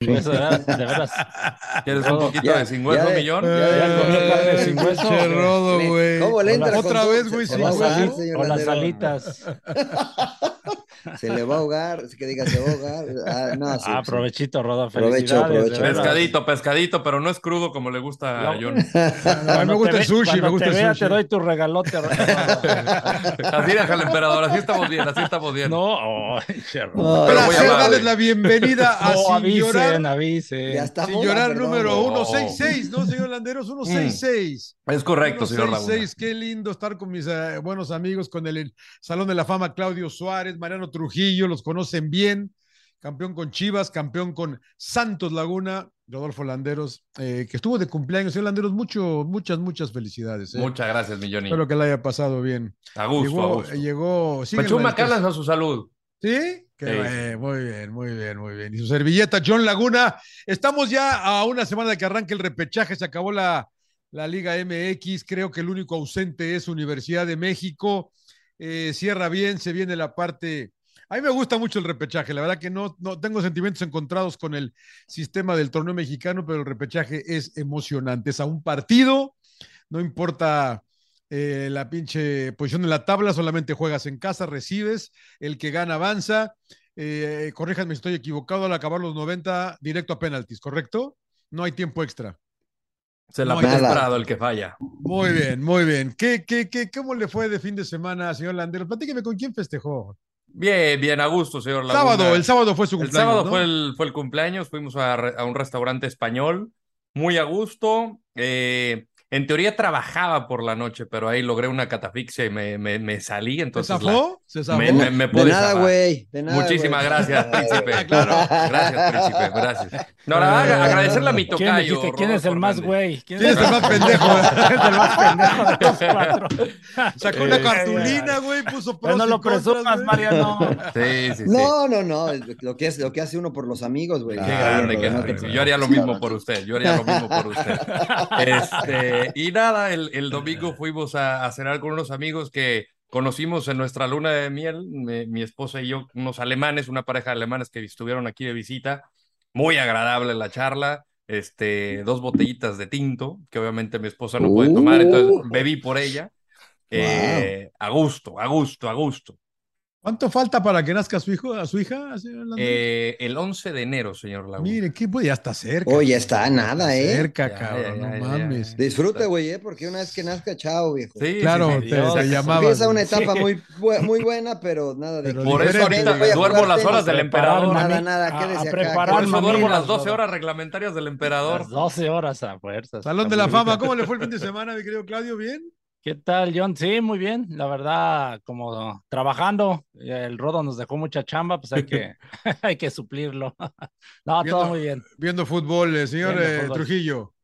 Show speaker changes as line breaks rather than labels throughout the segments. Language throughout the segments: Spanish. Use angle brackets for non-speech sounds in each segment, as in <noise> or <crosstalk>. Eso de veras, de
<laughs>
veras.
¿Quieres un
Rodo,
poquito
ya,
de 50
ya de-
millón?
ya de-
comió carne sin
Ay,
hueso,
Eh, pinche
güey.
rodo,
Le-
güey.
¿Cómo le entra
Otra
con-
vez, güey,
se-
O
se
sin
va a
las,
hueso.
ahogar,
sali-
señor
o las
Landero.
alitas.
Se le va a ahogar, así que diga, se va a ahogar. Ah, no, sí,
Ah,
sí.
provechito, Rodo.
Provecho,
Felicidades. de
provecho.
veras.
Pescadito, pescadito, pero no es crudo como le gusta a
No.
John.
A mí me
<laughs> Cuando
gusta
te
el
ve-
sushi, me
cuando
gusta
te vea,
el
te
sushi. Ah,
doy tu regalote.
<laughs>
Rodo.
Así déjale, emperador, así estamos bien, así estamos bien.
No, ay, che, Rodo.
No,
Pero
Pero voy a
hacer
hablar,
darles
güey.
la bienvenida a
<laughs> No,
Ah, Sin Llorar,
avisen, avisen.
ya está.
sin llorar
perdón,
número
güey.
uno.
166, ¿no, señor Landeros? 166.
Es correcto, señor Laguna.
166, qué lindo estar con mis eh, buenos amigos, con el, el Salón de la Fama Claudio Suárez, Mariano Trujillo, los conocen bien. Campeón con Chivas, campeón con Santos Laguna, Rodolfo Landeros, eh, que estuvo de cumpleaños. Señor Landeros, mucho, muchas, muchas felicidades. eh.
Muchas gracias, mi Johnny.
Espero que la haya pasado bien.
A gusto, a
llegó,
gusto.
llegó. sigue el
Pachuma
maestro.
Calas a su salud.
¿Sí? Qué
Sí.
bien, muy bien, muy bien, muy bien. Y su servilleta, John Laguna. Estamos ya a una semana de que arranque el repechaje, se acabó la, la Liga MX, creo que el único ausente es Universidad de México. Eh, cierra bien, se viene la parte... A mí me gusta mucho el repechaje, la verdad que no, no tengo sentimientos encontrados con el sistema del torneo mexicano, pero el repechaje es emocionante, es a un partido, no importa eh, la pinche posición en la tabla, solamente juegas en casa, recibes, el que gana avanza. Eh, corríjanme si estoy equivocado, al acabar los 90, directo a penaltis, ¿correcto? No hay tiempo extra.
Se la
No,
pide
nada.
Prado, el que falla.
Muy bien, muy bien. ¿Qué, qué, qué, ¿Cómo le fue de fin de semana, señor Landero? Platíqueme con quién festejó.
Bien, bien, a gusto, señor Laguna.
Sábado, el sábado fue su
El
cumpleaños.
sábado
¿no?
fue, el, fue el cumpleaños, fuimos a, re- a un restaurante español, muy a gusto. Eh, en teoría trabajaba por la noche, pero ahí logré una catafixia y me, me, me salí,
¿Se
entonces la-
zafó? ¿Se zafó?
me- me- me
De
pude
nada,
zafar.
güey. De nada.
Muchísimas
<laughs>
güey.
gracias,
Ah,
príncipe.
claro.
Gracias, príncipe, gracias. No, la verdad, agra- agradecerle a mi tocayo.
¿Quién dijiste? ¿Quién
Rodolfo
es el más
Hernández.
güey?
¿Quién es el
<laughs>
más pendejo?
¿Quién es el más pendejo de los cuatro?
<laughs>
Este,
Sacó una
Eh,
cartulina, güey, puso
Pero
pros
no
y
lo
contras,
presumas,
<laughs>
güey.
Mariano.
<laughs> Sí, sí, sí.
No, no, no. Lo que, es, lo que hace uno por los amigos, güey.
Qué
Está
grande,
bien,
qué
no
rico.
te preocupes.
Yo haría lo mismo por usted, yo haría lo mismo por usted. <laughs> Este, y nada, el, el domingo fuimos a, a cenar con unos amigos que conocimos en nuestra luna de miel, mi, mi esposa y yo, unos alemanes, una pareja de alemanes que estuvieron aquí de visita. Muy agradable la charla, este, dos botellitas de tinto, que obviamente mi esposa no puede tomar, entonces bebí por ella. Eh, A gusto, a gusto, a gusto.
¿Cuánto falta para que nazca su hijo, a su hija, señor Landero?
Eh, el 11 de enero, señor Laguna.
Mire, qué güey, ya está cerca.
Oye, está nada, ¿eh?
Cerca,
Ya,
cabrón,
ya, ya,
no
ya.
mames.
Disfruta, güey, ¿eh? porque una vez que nazca, chao, viejo.
Sí,
Claro,
sí, sí,
te,
Dios,
te
sí, sí.
llamaba.
Empieza una
güey.
etapa muy, bu- muy buena, pero nada de
Pero
que-
Por eso
Diferente,
ahorita
güey.
Voy a jugar
duermo las
tenis.
horas del emperador.
Nada,
mami-
nada,
a-
quédese
a
acá.
preparar
Por eso duermo
mamilas,
las 12
Rodo.
horas reglamentarias del emperador.
Las 12 horas a fuerzas.
Salón de la Fama, ¿cómo le fue el fin de semana, mi querido Claudio? ¿Bien?
¿Qué tal, John? Sí, muy bien. La verdad, como trabajando, eh, el Rodo nos dejó mucha chamba, pues hay que,
<laughs>
<laughs> hay que suplirlo. <laughs> No,
Viendo-
todo muy bien.
Viendo fútbol, eh, señor
Viendo
eh,
fútbol.
Trujillo.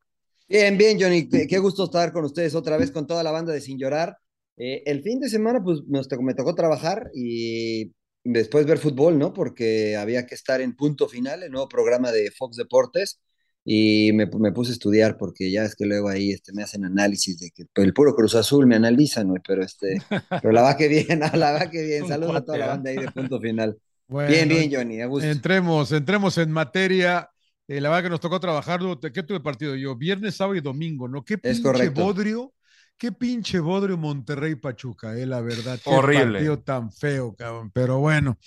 Bien, bien, Johnny. Qué qué gusto estar con ustedes otra vez con toda la banda de Sin Llorar. Eh, el fin de semana, pues nos to- me tocó trabajar y después ver fútbol, ¿no? Porque había que estar en punto final, el nuevo programa de Fox Deportes. Y me, pu- me puse a estudiar porque ya es que luego ahí este, me hacen análisis de que pues, el puro Cruz Azul me analizan, güey,
<laughs>
pero este, pero la va que bien, <laughs> a la va que bien.
Un
Saludos a
cuate,
toda la
¿eh?
banda ahí de punto final.
Bueno,
Bien, bien, Johnny, a gusto.
<laughs>
Entremos, entremos en materia. Eh, la verdad que nos tocó trabajar. luego te- ¿Qué tuve partido yo? Viernes, sábado y domingo, ¿no? Qué
Es
pinche
correcto.
bodrio. Qué pinche bodrio Monterrey Pachuca, eh, la verdad. Qué
Horrible.
partido tan feo, cabrón. Pero bueno,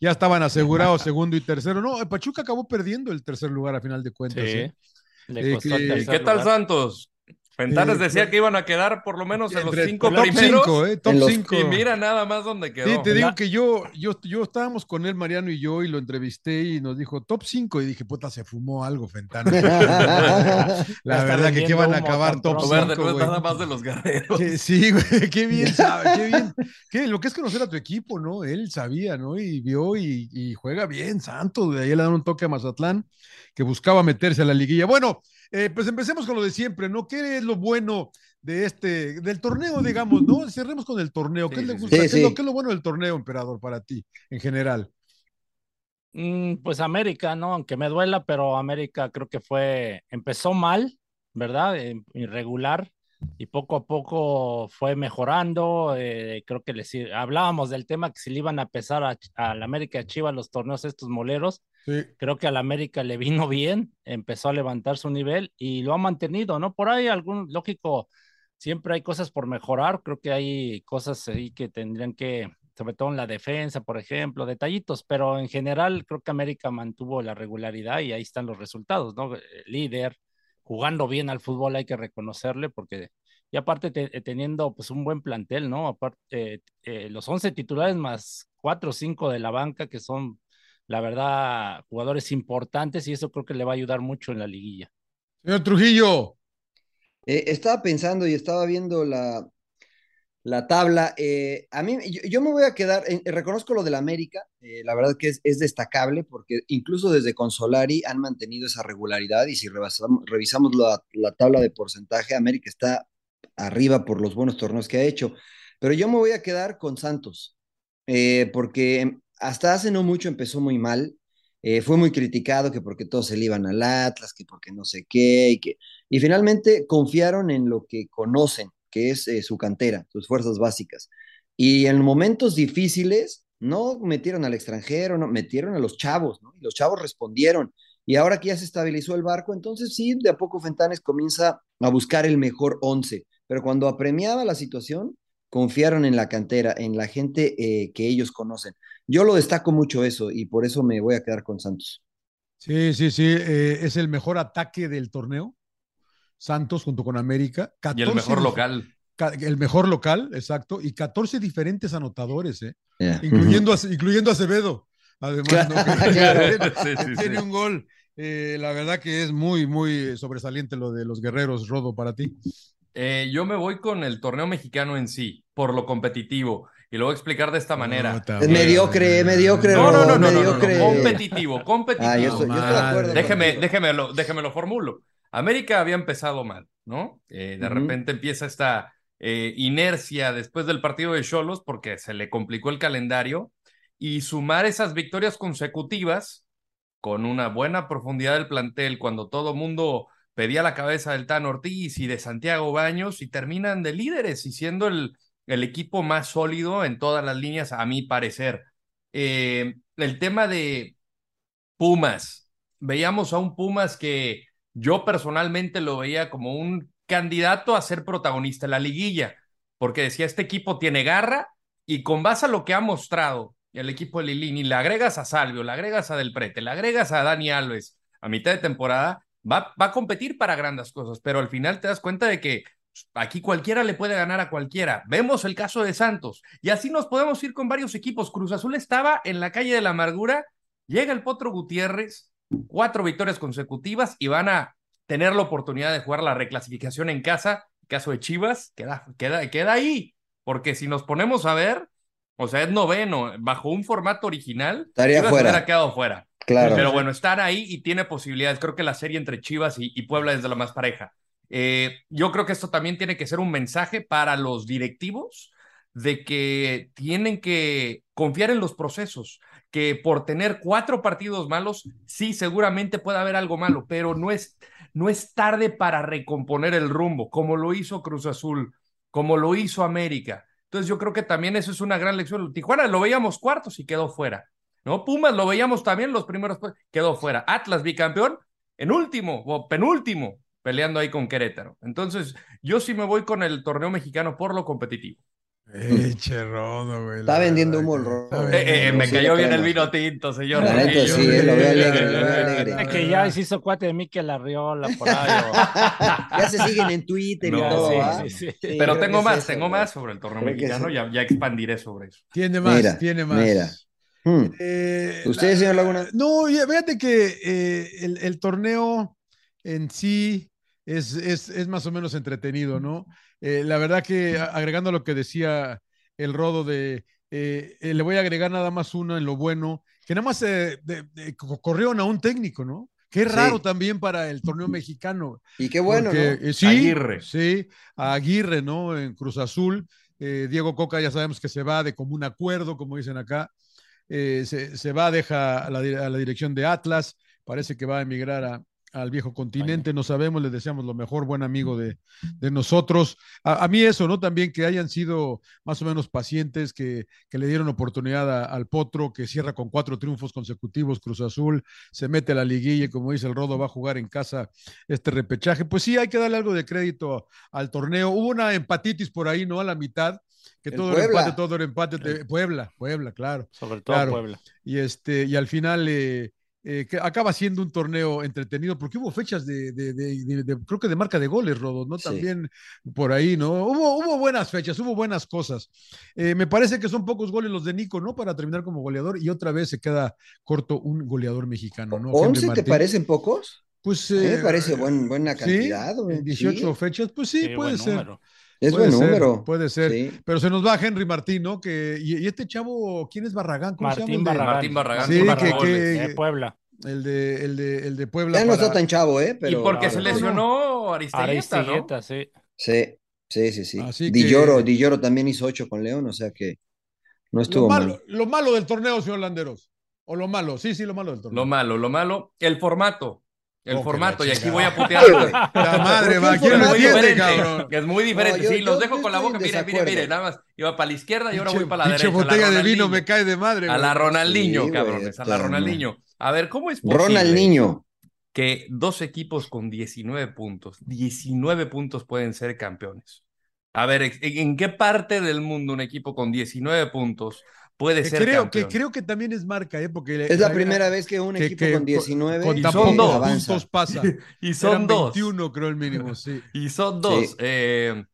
ya estaban asegurados segundo y tercero. No, el Pachuca acabó perdiendo el tercer lugar a final de cuentas. ¿eh?
Pues Sí.
Eh,
Le costó
que-
el
¿Y
tercer
qué tal
lugar.
Santos? Fentanes
Eh,
decía que iban a quedar por lo menos en los
Entre
cinco
top
primeros.
cinco, eh, top
En los-
5.
Y mira nada más dónde quedó.
Sí, te digo
La-
que yo, yo, yo estábamos con él, Mariano y yo, y lo entrevisté y nos dijo top 5. Y dije, puta, se fumó algo,
<laughs>
Fentano. La
Está
verdad que qué
vendiendo
van a
humo
acabar
tan
top
pronto.
Verde,
5,
no es nada más de los <laughs>
<laughs>
guerreros.
Sí,
<laughs>
güey, qué bien sabe, qué bien. qué- lo que es conocer a tu equipo, ¿no? Él sabía, ¿no? Y vio y, y juega bien, Santos. De ahí le dan un toque a Mazatlán, que buscaba meterse a la liguilla. Bueno, eh, pues empecemos con lo de siempre, ¿no? ¿Qué es lo bueno de este, del torneo, digamos, ¿no? Cerremos con el torneo. ¿Qué
Sí,
le
sí,
gusta?
sí.
¿Qué,
Sí,
Es lo,
sí.
qué es lo bueno del torneo, emperador, para ti, en general?
Mm, Pues América, ¿no? Aunque me duela, pero América creo que fue, empezó mal, ¿verdad? Eh, Irregular, y poco a poco fue mejorando. Eh, creo que les hablábamos del tema que si le iban a pesar a, a la América de Chivas los torneos estos moleros.
Sí.
Creo que a la América le vino bien, empezó a levantar su nivel y lo ha mantenido, ¿no? Por ahí algún lógico, siempre hay cosas por mejorar. Creo que hay cosas ahí que tendrían que sobre todo en la defensa, por ejemplo, detallitos, pero en general creo que América mantuvo la regularidad y ahí están los resultados, ¿no? Líder, jugando bien al fútbol, hay que reconocerle, porque, y aparte te, teniendo pues un buen plantel, ¿no? Aparte, eh, eh, los 11 titulares más 4 o 5 de la banca, que son, la verdad, jugadores importantes y eso creo que le va a ayudar mucho en la liguilla.
Señor Trujillo.
Eh, estaba pensando y estaba viendo la, la tabla. Eh, a mí, yo, yo, me voy a quedar, eh, reconozco lo del América, eh, la verdad que es, es, destacable porque incluso desde Consolari han mantenido esa regularidad y si rebasamos, revisamos la, la, tabla de porcentaje, América está arriba por los buenos torneos que ha hecho. Pero yo me voy a quedar con Santos, eh, porque hasta hace no mucho empezó muy mal. eh, fue muy criticado que porque todos se le iban al Atlas, que porque no sé qué, y, que... y finalmente confiaron en lo que conocen, que es eh, su cantera, sus fuerzas básicas. Y en momentos difíciles no metieron al extranjero, no metieron a los chavos, ¿no? Y los chavos respondieron. Y ahora que ya se estabilizó el barco, entonces sí, de a poco Fentanes comienza a buscar el mejor once. Pero cuando apremiaba la situación, confiaron en la cantera, en la gente eh, que ellos conocen. Yo lo destaco mucho eso y por eso me voy a quedar con Santos.
Sí, sí, sí, eh, es el mejor ataque del torneo. Santos junto con América.
14, y el mejor local.
El mejor local, exacto. Y 14 diferentes anotadores, ¿eh? Yeah. incluyendo, a, incluyendo a Acevedo. Además,
<laughs>
¿no?
<laughs>
claro. <laughs> sí, sí, tiene sí. un gol. Eh, la verdad que es muy, muy sobresaliente lo de los guerreros, Rodo, para ti.
Eh, yo me voy con el torneo mexicano en sí, por lo competitivo. Y lo voy a explicar de
Ah,
esta manera.
No, es mediocre, mediocre.
No, no, no, no, mediocre. no Competitivo, competitivo. Ah,
yo soy, yo estoy de acuerdo
déjeme, déjemelo, déjemelo formulo. América había empezado mal, ¿no? Eh, de uh -huh. repente empieza esta eh, inercia después del partido de Cholos porque se le complicó el calendario y sumar esas victorias consecutivas con una buena profundidad del plantel cuando todo mundo pedía la cabeza del Tan Ortiz y de Santiago Baños y terminan de líderes y siendo el, el equipo más sólido en todas las líneas, a mi parecer. Eh, el tema de Pumas. Veíamos a un Pumas que yo personalmente lo veía como un candidato a ser protagonista en la liguilla, porque decía, este equipo tiene garra y con base a lo que ha mostrado el equipo de Lilini, le agregas a Salvio, le agregas a Del Prete, le agregas a Dani Alves a mitad de temporada, va, va a competir para grandes cosas, pero al final te das cuenta de que aquí cualquiera le puede ganar a cualquiera. Vemos el caso de Santos y así nos podemos ir con varios equipos. Cruz Azul estaba en la calle de la amargura, llega el Potro Gutiérrez, cuatro victorias consecutivas y van a tener la oportunidad de jugar la reclasificación en casa. En caso de Chivas, queda, queda, queda ahí, porque si nos ponemos a ver, o sea, es noveno, bajo un formato original,
Estaría
Chivas
fuera.
hubiera quedado fuera.
Claro.
<laughs> Pero bueno, están ahí y tiene posibilidades. Creo que la serie entre Chivas y, y Puebla es de la más pareja. Eh, yo creo que esto también tiene que ser un mensaje para los directivos de que tienen que confiar en los procesos, que por tener cuatro partidos malos, sí, seguramente puede haber algo malo, pero no es, no es tarde para recomponer el rumbo, como lo hizo Cruz Azul, como lo hizo América. Entonces yo creo que también eso es una gran lección. Tijuana lo veíamos cuartos y quedó fuera. ¿no? Pumas lo veíamos también los primeros, pues, quedó fuera. Atlas bicampeón, en último o penúltimo, peleando ahí con Querétaro. Entonces yo sí me voy con el torneo mexicano por lo competitivo.
Eche rodo, güey.
Está vendiendo humo el rodo.
Eh, eh, me sí, cayó bien crema. el vino tinto, señor.
La neta, sí, eh, lo veo alegre, lo
Eh,
veo alegre.
Es que ya se hizo cuate de mí que la riola por ahí.
<laughs> ya se siguen en Twitter no, ah. y todo.
Sí, sí, sí. <laughs> Pero tengo más, es eso, tengo güey. más sobre el torneo creo mexicano, ya, ya, expandiré sobre eso.
Tiene más, mira, tiene más. Mira.
Hmm. Eh, ¿Usted, señor Laguna?
No, fíjate que eh, el, el, torneo en sí es, es, es más o menos entretenido, ¿no? Eh, la verdad que agregando lo que decía el Rodo de, eh, eh, le voy a agregar nada más una en lo bueno, que nada más eh, de, de, corrieron a un técnico, ¿no? Qué raro sí. también para el torneo mexicano.
Y qué bueno,
porque, eh,
¿no?
sí, Aguirre. Sí, a Aguirre, ¿no? En Cruz Azul. eh, Diego Coca ya sabemos que se va de común acuerdo, como dicen acá. eh, Se, se, va, deja a la, a la, dirección de Atlas, parece que va a emigrar a, al viejo continente, no sabemos, les deseamos lo mejor, buen amigo de, de nosotros. A, a, mí eso, ¿no? También que hayan sido más o menos pacientes, que, que le dieron oportunidad a, al Potro, que cierra con cuatro triunfos consecutivos, Cruz Azul, se mete a la liguilla y como dice el Rodo, va a jugar en casa este repechaje. Pues sí, hay que darle algo de crédito al torneo. Hubo una empatitis por ahí, ¿no? A la mitad. Que el todo el empate, todo el empate. Te... Puebla, Puebla, claro.
Sobre todo
claro.
Puebla.
Y, este, y al final... Eh, eh, que acaba siendo un torneo entretenido, porque hubo fechas de, de, de, de creo que de marca de goles, Rodo, ¿no? Sí. También por ahí, ¿no? Hubo, hubo buenas fechas, hubo buenas cosas. Eh, me parece que son pocos goles los de Nico, ¿no? Para terminar como goleador, y otra vez se queda corto un goleador mexicano, ¿no?
¿11 te parecen pocos?
Pues.
Eh, A mí me parece buen, buena cantidad. ¿sí?
18 sí. fechas, pues sí, puede ser. Número.
Es
puede
buen
ser,
número.
Puede ser. Sí. Pero se nos va Henry Martín, ¿no? Que, y, y este chavo, ¿quién es Barragán?
¿Cómo Martín, se llama? Barragán.
Martín Barragán.
Sí, que, que,
eh, Puebla.
El de, el, de, el de Puebla.
Ya no para... está tan chavo, ¿eh? Pero...
Y porque no, se lesionó no. Aristilleta, Aristilleta ¿no?
sí.
Sí, sí, sí. sí. Así Di, que... Lloro, Di Lloro también hizo ocho con León, o sea que no estuvo
lo
malo,
mal. Lo malo del torneo, señor Landeros. O lo malo, sí, sí, lo malo del torneo.
Lo malo, lo malo. El formato. El oh, formato, y aquí voy
<laughs>
a putear. la
madre, va, ¿quién
lo entiende, cabrón? Que es muy diferente. No, yo, sí, yo, los dejo con la boca. Mire, mire, mire, nada más. Iba para la izquierda y ahora voy para la derecha.
botella
la
de vino me cae de madre.
A la Ronaldinho, sí, cabrón. a la Ronaldinho. A ver, ¿cómo es
posible Ronaldinho.
que dos equipos con 19 puntos, 19 puntos pueden ser campeones? A ver, ¿en qué parte del mundo un equipo con 19 puntos puede
que
ser
creo,
campeón.
Que creo que también es marca, ¿eh? Porque
es la, la primera vez que un que, equipo que, con 19
con, con son dos, puntos pasa.
y <laughs> son Eran dos.
21 creo el mínimo, sí.
Y son dos. Sí. Eh,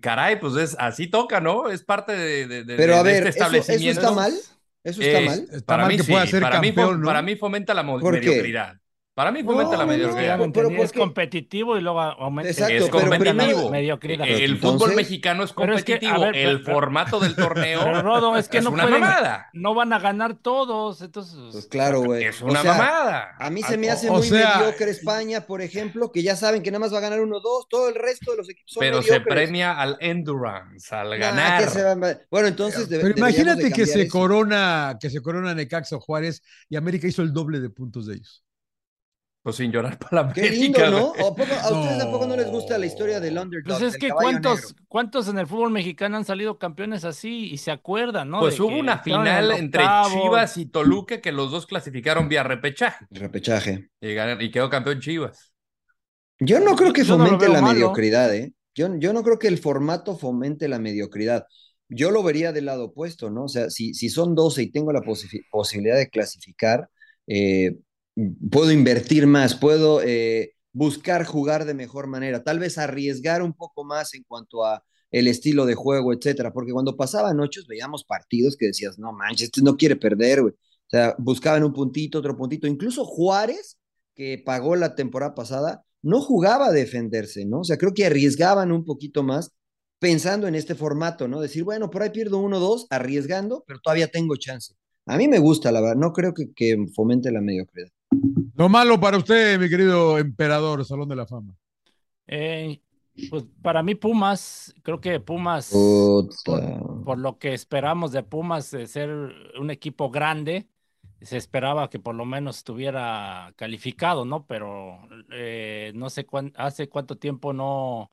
caray, pues es así toca, ¿no? Es parte de, de, de
Pero a
de
ver,
este establecimiento.
¿eso, ¿eso, está mal? ¿Eso está eh, mal? Está
para
mal
mí
que
sí,
pueda ser
para,
campeón,
mí,
¿no?
para mí fomenta la mediocridad. Para mí fomenta la
No, no,
mediocridad.
no, Pero
es
porque-
competitivo y luego aumenta.
Exacto,
es
es
pero
competitivo.
primero-
Mediocridad.
Eh, el
Entonces-
fútbol mexicano es
Pero es que, a
competitivo.
ver, pero-
el
pero-
formato del torneo
Pero Rodo, es que
es
no
una
pueden,
mamada.
no van a ganar todos, entonces
Pues claro, güey.
Es una Ah,
O sea,
mamada.
A mí se me hace
o
muy
sea-
mediocre España, por ejemplo, que ya saben que nada más va a ganar uno dos, todo el resto de los equipos son
Pero se
mediocres.
premia al endurance, al
Nah,
ganar.
¿qué se va a- Bueno, entonces de-
Pero
deberíamos
imagínate
de
que se
cambiar eso.
corona, que se corona Necaxa o Juárez y América hizo el doble de puntos de ellos.
Pues sin llorar para la
Qué lindo,
América, <laughs>
¿no?
güey.
¿O poco- ¿A ustedes
No.
tampoco no les gusta la historia del underdog?
Pues es
del
que
caballo
cuántos,
negro?
cuántos en el fútbol mexicano han salido campeones así y se acuerdan, ¿no?
Pues
De
hubo
que
una
estaban en
final
el
entre
octavo.
Chivas y Toluca que los dos clasificaron vía repechaje
Repechaje.
y, ganan- y quedó campeón Chivas.
Yo no creo que
Yo no lo
fomente
veo
la
malo.
mediocridad, ¿eh? Yo, yo no creo que el formato fomente la mediocridad. Yo lo vería del lado opuesto, ¿no? O sea, si, si son 12 y tengo la posi- posibilidad de clasificar, eh, puedo invertir más, puedo eh, buscar jugar de mejor manera, tal vez arriesgar un poco más en cuanto a el estilo de juego, etcétera, porque cuando pasaban ocho veíamos partidos que decías, no manches, este no quiere perder, güey. O sea, buscaban un puntito, otro puntito, incluso Juárez, que pagó la temporada pasada, no jugaba a defenderse, ¿no? O sea, creo que arriesgaban un poquito más pensando en este formato, ¿no? Decir, bueno, por ahí pierdo uno o dos, arriesgando, pero todavía tengo chance. A mí me gusta, la verdad, no creo que, que fomente la mediocridad.
Lo malo para usted, mi querido emperador, Salón de la Fama.
Eh, pues para mí Pumas, creo que Pumas,
Uh. Puta.
por lo que esperamos de Pumas de ser un equipo grande, se esperaba que por lo menos estuviera calificado, ¿no? Pero eh, no sé cuán- hace cuánto tiempo no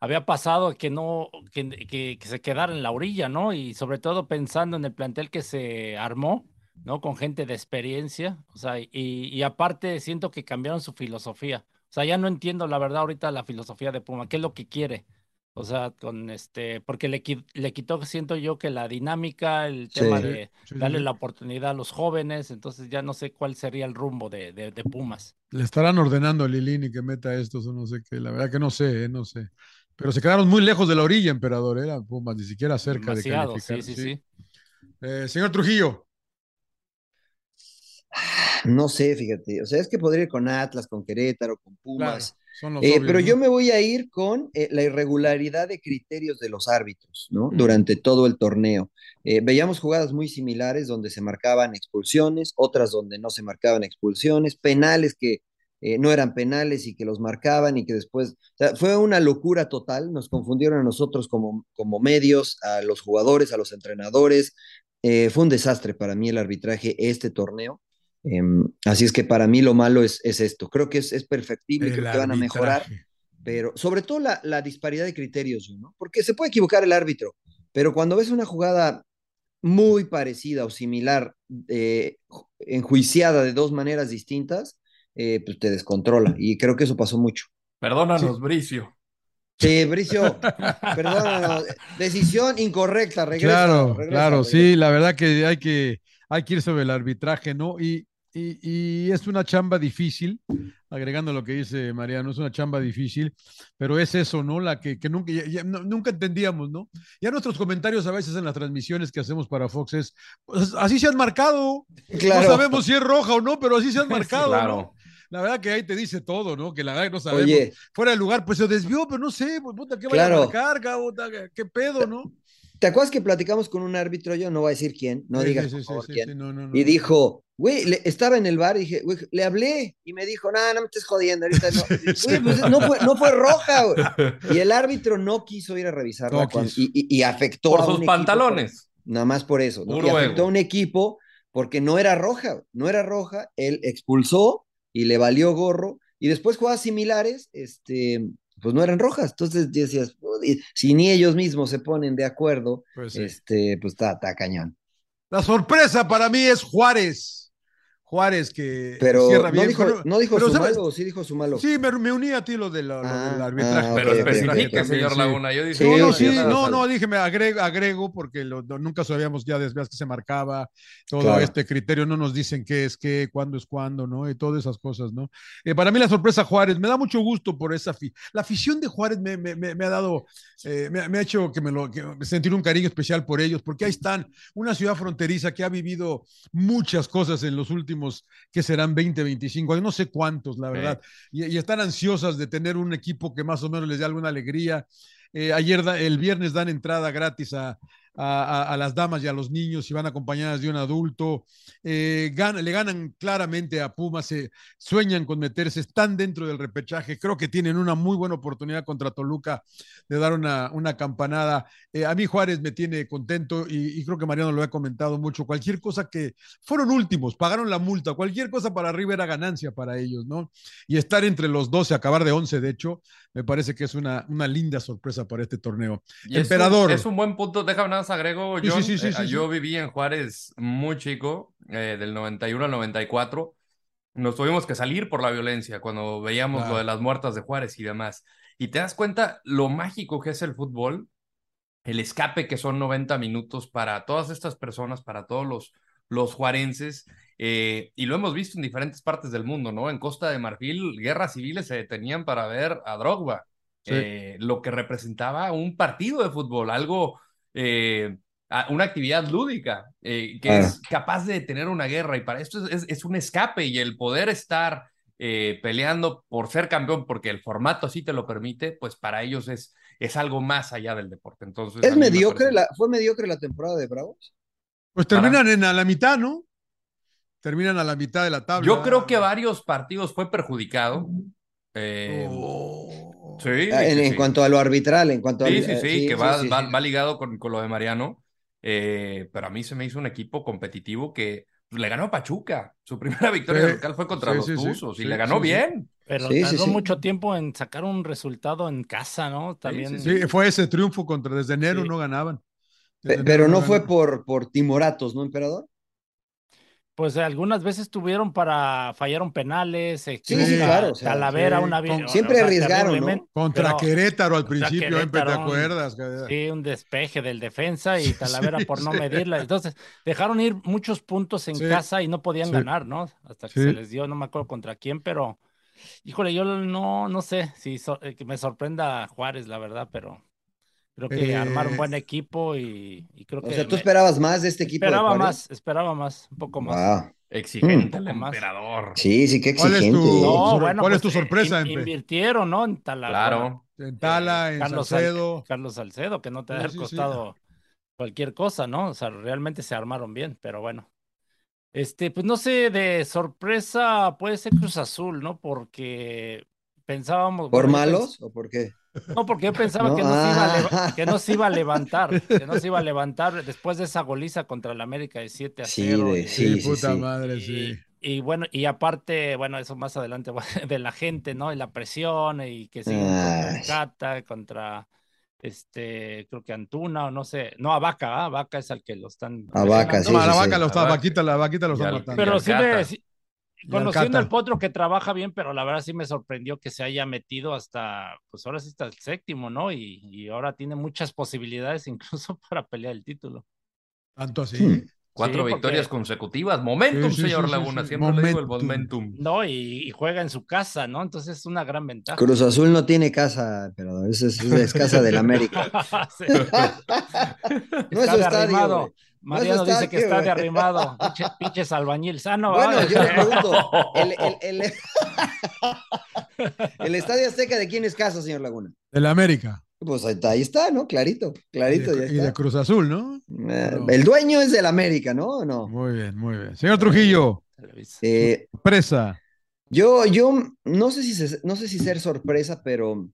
había pasado que no que, que- que se quedara en la orilla, ¿no? Y sobre todo pensando en el plantel que se armó, ¿no? Con gente de experiencia, o sea, y, y aparte siento que cambiaron su filosofía. O sea, ya no entiendo la verdad ahorita la filosofía de Puma, qué es lo que quiere. O sea, con este, porque le, qui- le quitó, siento yo, que la dinámica, el
Sí.
tema
Sí.
de,
Sí, sí,
darle
sí.
Eh, la oportunidad a los jóvenes, entonces ya no sé cuál sería el rumbo de, de, de Pumas.
Le estarán ordenando a Lilini que meta estos o no sé qué. La verdad que no sé, eh, no sé. Pero se quedaron muy lejos de la orilla, emperador. Era Pumas, ni siquiera cerca de
Demasiado,
calificar.
sí, sí,
sí.
sí.
Eh, señor Trujillo,
No sé, fíjate. O sea, es que podría ir con Atlas, con Querétaro, con Pumas.
claro, son los
Eh,
obvios,
pero
¿no?
yo me voy a ir con eh, la irregularidad de criterios de los árbitros, ¿no?
Mm.
Durante todo el torneo. Eh, veíamos jugadas muy similares donde se marcaban expulsiones, otras donde no se marcaban expulsiones, penales que eh, no eran penales y que los marcaban y que después, o sea, fue una locura total, nos confundieron a nosotros como, como medios, a los jugadores, a los entrenadores, Eh, fue un desastre para mí el arbitraje este torneo. Eh, así es que para mí lo malo es, es esto. Creo que es, es perfectible,
El
creo que van a mejorar,
arbitraje.
pero sobre todo la, la disparidad de criterios, ¿no? Porque se puede equivocar el árbitro, pero cuando ves una jugada muy parecida o similar, eh, ju- enjuiciada de dos maneras distintas, eh, pues te descontrola. Y creo que eso pasó mucho.
Perdónanos, Bricio.
Sí,
<laughs>
Bricio, perdónanos. Decisión incorrecta, regresa.
Claro,
regresa,
claro,
regresa.
sí, la verdad que hay que, hay que ir sobre el arbitraje, ¿no? Y, y- y es una chamba difícil, agregando lo que dice Mariano, es una chamba difícil, pero es eso, ¿no? La que, que nunca, ya- ya no- nunca entendíamos, ¿no? Ya nuestros comentarios a veces en las transmisiones que hacemos para Fox es, "Pues, así se han marcado,
Claro.
no sabemos si es roja o no, pero así
<laughs>
se han marcado, ¿no?
Claro.
La verdad que ahí te dice todo, ¿no? Que la verdad que no sabemos.
Oye,
Fuera de lugar, pues se desvió, pero no sé, pues puta, ¿qué vaya
Claro. Eh,
a marcar, cabrón? Puta, ¿Qué pedo, no?
¿te acuerdas que platicamos con un árbitro? Yo no voy a decir quién, no
Sí,
digas
sí,
por
sí,
favor
sí,
quién.
sí, no, no, no.
Y dijo, güey, le- estaba en el bar y dije, güey, le hablé y me dijo, no, no me estés jodiendo,
<laughs>
ahorita no. Güey, pues, no, fue, no fue roja, güey. Y el árbitro no quiso ir a revisarla
No
cuando-
quiso.
y, y- y afectó
Por
a un
sus
equipo
pantalones.
por- nada más por eso. ¿no?
Puro
Y afectó
ego.
a un equipo porque no era roja, güey, no era roja, él expulsó y le valió gorro. Y después jugadas similares, este, pues no eran rojas. Entonces decías, "Joder, si ni ellos mismos se ponen de acuerdo,
Pues sí.
este, pues está, está cañón.
La sorpresa para mí es Juárez. Juárez que
Pero
cierra
no
bien.
dijo,
pero-
no dijo
pero
su
¿sabes?
malo, sí dijo su malo.
Sí, me, me uní a ti lo, de la- lo
Ah,
del
ah,
arbitraje.
ok,
Pero
ok,
especifique,
ok.
señor
Sí.
Laguna. Yo dije,
No, no,
Sí,
sí,
sí,
no,
sí.
no, dije, me agrego, agrego porque lo- lo- nunca sabíamos ya desde que se marcaba todo
Claro.
este criterio, no nos dicen qué es qué, cuándo es cuándo, ¿no? Y todas esas cosas, ¿no? Eh, para mí la sorpresa Juárez, me da mucho gusto por esa afi- La afición de Juárez me, me- me- me ha dado, eh, me, me ha hecho que me lo que sentir un cariño especial por ellos, porque ahí están, una ciudad fronteriza que ha vivido muchas cosas en los últimos, que serán 20, 25 años, no sé cuántos, la verdad, y, y están ansiosas de tener un equipo que más o menos les dé alguna alegría. Eh, ayer, da- el viernes, dan entrada gratis a, a- a- a las damas y a los niños y van acompañadas de un adulto. Eh, gan- le ganan claramente a Pumas, se sueñan con meterse, están dentro del repechaje. Creo que tienen una muy buena oportunidad contra Toluca de dar una, una campanada. Eh, a mí Juárez me tiene contento y, y creo que Mariano lo ha comentado mucho. Cualquier cosa que fueron últimos, pagaron la multa, cualquier cosa para arriba era ganancia para ellos, ¿no? Y estar entre los 12, acabar de 11, de hecho, me parece que es una, una linda sorpresa para este torneo.
Y es un-
Emperador.
Es un, buen punto. Déjame nada más agrego,
Sí, sí,
John.
sí, sí,
Eh,
sí,
yo viví en Juárez muy chico, eh, del 91 al 94. Nos tuvimos que salir por la violencia cuando veíamos
Claro.
lo de las muertas de Juárez y demás. Y te das cuenta lo mágico que es el fútbol, el escape que son 90 minutos para todas estas personas, para todos los, los juarenses. eh, y lo hemos visto en diferentes partes del mundo, ¿no? En Costa de Marfil, guerras civiles se detenían para ver a Drogba
Sí.
eh, lo que representaba un partido de fútbol, algo, eh, a- una actividad lúdica eh, que
Claro.
es capaz de tener una guerra y para esto es, es- es un escape y el poder estar eh, peleando por ser campeón porque el formato así te lo permite, pues para ellos es, es algo más allá del deporte. Entonces, a
¿Es
mí me
mediocre?
parece-
La, ¿Fue mediocre la temporada de Bravos?
Pues
Para-
terminan en, a la mitad, ¿no? Terminan a la mitad de la tabla.
Yo creo que varios partidos fue perjudicado. Eh,
Oh.
sí,
Ah, en,
sí,
en
sí.
cuanto a lo arbitral, en cuanto
Sí,
al-
sí,
eh,
sí, que va,
sí,
va-
sí.
va ligado con, con lo de Mariano. Eh, pero a mí se me hizo un equipo competitivo que le ganó a Pachuca. Su primera <laughs> victoria
Sí,
local fue contra
sí,
los
sí, sí,
Tuzos y
sí,
le ganó
sí, sí.
bien.
Pero
Sí, sí,
tardó
sí.
mucho tiempo en sacar un resultado en casa, ¿no? También.
Sí, fue ese triunfo contra desde enero
Sí.
no ganaban. Desde
Pe-
enero
Pero no fue
ganaban.
por, por timoratos, ¿no, emperador?
Pues algunas veces tuvieron para fallaron penales, eh,
Sí,
tuvo
sí,
para
claro, o sea,
Talavera
sí,
una vez,
con-
Siempre arriesgaron, ¿no?
terriblemente.
contra
pero-
Querétaro al
contra
principio, Empe, ¿te
Querétaro, un-
acuerdas?
Sí, un despeje del defensa y
Sí,
Talavera por no
sí.
medirla. Entonces, dejaron ir muchos puntos en
Sí,
casa y no podían
sí.
ganar, ¿no? Hasta que
Sí.
se les dio, no me acuerdo contra quién, pero híjole, yo no, no sé si so- eh, que me sorprenda Juárez, la verdad, pero creo que
Eh,
armaron buen equipo y, y creo
O
que
sea, tú
me-
esperabas más de este equipo. de
esperaba
Juárez?
más, esperaba más, un poco más.
Wow.
Exigente el
Mm. Más.
emperador.
Sí, sí, qué
¿Cuál es tu-
exigente.
No,
¿eh?
Sobre- ¿cuál es tu
eh,
sorpresa,
in-
Empe?
Invirtieron, ¿no? En Talavera.
Claro.
En Tala, en
Carlos
Salcedo.
Sal- Carlos Salcedo, que no te
Sí,
ha
sí, sí.
costado cualquier cosa, ¿no? O sea, realmente se armaron bien, pero bueno. Este, pues no sé, de sorpresa puede ser Cruz Azul, ¿no? Porque pensábamos.
¿Por
bueno, yo
malos o por qué?
pens- No, porque yo pensaba
No,
que, no se iba a
ah.
leva- que no se iba a levantar, que no se
<laughs>
iba a levantar después de esa goliza contra el América de 7 a
Sí,
0.
de-
y-
sí,
puta
sí.
madre,
y,
sí.
y bueno, y aparte, bueno, eso más adelante <laughs> de la gente, ¿no? Y la presión y que siguen
Ay.
contra Cata, contra este, creo que Antuna o no sé, no, a Vaca, ¿ah? Vaca es al que lo están.
A Vaca,
presionando.
sí,
No, a la
sí,
vaca
sí.
lo está,
La vaca.
vaquita, la vaquita lo
Y
está
al-
matando.
Pero
al
sí
Cata.
me, sí-
Y al
conociendo
Cata.
al potro que trabaja bien, pero la verdad sí me sorprendió que se haya metido hasta, pues ahora sí está el séptimo, ¿no? Y, y ahora tiene muchas posibilidades <laughs> incluso para pelear el título.
Tanto así.
Sí.
Cuatro
Sí, porque-
victorias consecutivas. Momentum,
Sí, sí,
señor
sí, sí,
Laguna.
sí.
Siempre le digo el
Momentum.
momentum.
No, y, y juega en su casa, ¿no? Entonces es una gran ventaja.
Cruz Azul no tiene casa, pero es, es, es casa del América.
Sí.
No es
está
su
de
estadio,
arrimado.
güey. No es su
Mariano dice que
estadio,
está
güey.
de arrimado. Pinche- pinches albañiles. Ah, <laughs> no,
Bueno,
ah,
yo <laughs> les
eh, <laughs>
pregunto, ¿el, el- el- <laughs> el Estadio Azteca de quién es casa, señor Laguna?
Del América.
Pues ahí- ahí está, ¿no? Clarito,
Y
clarito, ya
de, y de
está.
Cruz Azul, ¿no?
Eh, El dueño es del América, ¿no? ¿O no?
Muy bien, muy bien. Señor Trujillo,
Televisa.
Eh,
presa.
Yo, yo no sé si, se- no sé si ser sorpresa, pero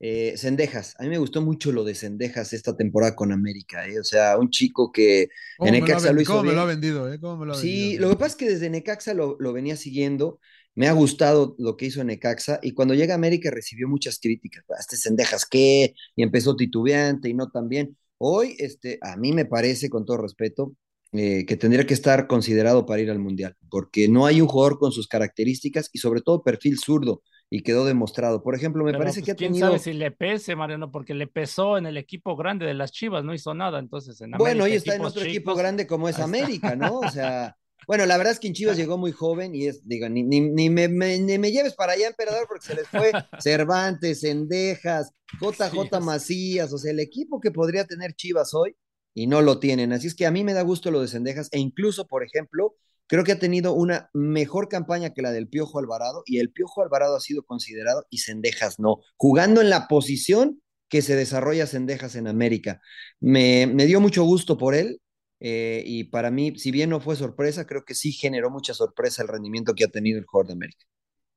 eh, Cendejas, a mí me gustó mucho lo de Cendejas esta temporada con América, ¿eh? O sea, un chico que
¿Cómo,
En
me,
Necaxa
lo ha,
lo
ven-
hizo
cómo me
bien.
lo ha vendido? eh? ¿Cómo me lo ha
sí, lo
vendido?
que pasa es que desde Necaxa lo, lo venía siguiendo, me ha gustado lo que hizo en Necaxa y cuando llega a América recibió muchas críticas, "Ah, este Cendejas qué, y empezó titubeante y no tan bien. Hoy, este, a mí me parece, con todo respeto, eh, que tendría que estar considerado para ir al Mundial, porque no hay un jugador con sus características y sobre todo perfil zurdo, y quedó demostrado. Por ejemplo, me
Pero,
parece
pues,
que ha
quién
tenido...
sabe si le pese, Mariano, porque le pesó en el equipo grande de las Chivas, no hizo nada. Entonces, en América,
Bueno, hoy está en
equipos
otro equipo
chicos,
grande como es
ahí está.
América, ¿no?
<laughs>
O sea, bueno, la verdad es que en Chivas llegó muy joven y es, digo, ni, ni, ni me, me- ni me lleves para allá, emperador, porque se les fue Cervantes, Cendejas, JJ
Sí, es-
Macías, o sea, el equipo que podría tener Chivas hoy y no lo tienen. Así es que a mí me da gusto lo de Cendejas e incluso, por ejemplo, creo que ha tenido una mejor campaña que la del Piojo Alvarado y el Piojo Alvarado ha sido considerado y Cendejas no, jugando en la posición que se desarrolla Cendejas en América. Me, me dio mucho gusto por él eh, y para mí, si bien no fue sorpresa, creo que sí generó mucha sorpresa el rendimiento que ha tenido el jugador de América.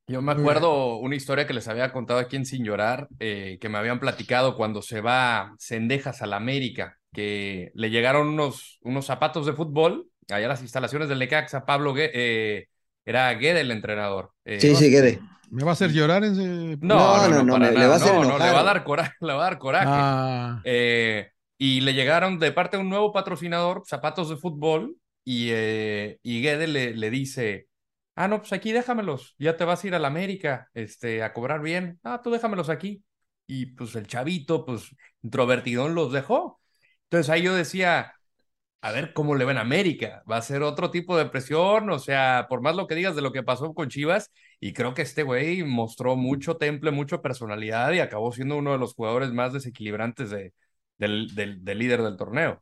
Yo me
Muy
acuerdo una historia que les había contado aquí en Sin Llorar, eh, que me habían platicado cuando se va Cendejas a la América, que le llegaron unos, unos zapatos de fútbol allá a las instalaciones del Necaxa. Pablo Gue- eh, era Guede el entrenador. Eh,
Sí, sí, Guede.
¿Me va a hacer llorar? ese-
No, no,
No, no,
no,
no,
para
me- le
nada,
va a hacer
no, no,
enojar.
le va a dar coraje, <laughs> le va a dar coraje.
Ah,
Eh, y le llegaron de parte de un nuevo patrocinador, zapatos de fútbol, y, eh, y Guede le, le dice, ah, no, pues aquí déjamelos, ya te vas a ir a la América, este, a cobrar bien, ah, tú déjamelos aquí. Y pues el chavito, pues introvertidón, los dejó. Entonces ahí yo decía, a ver cómo le va en América, va a ser otro tipo de presión, o sea, por más lo que digas de lo que pasó con Chivas, y creo que este güey mostró mucho temple, mucha personalidad y acabó siendo uno de los jugadores más desequilibrantes de, del, del, del líder del torneo.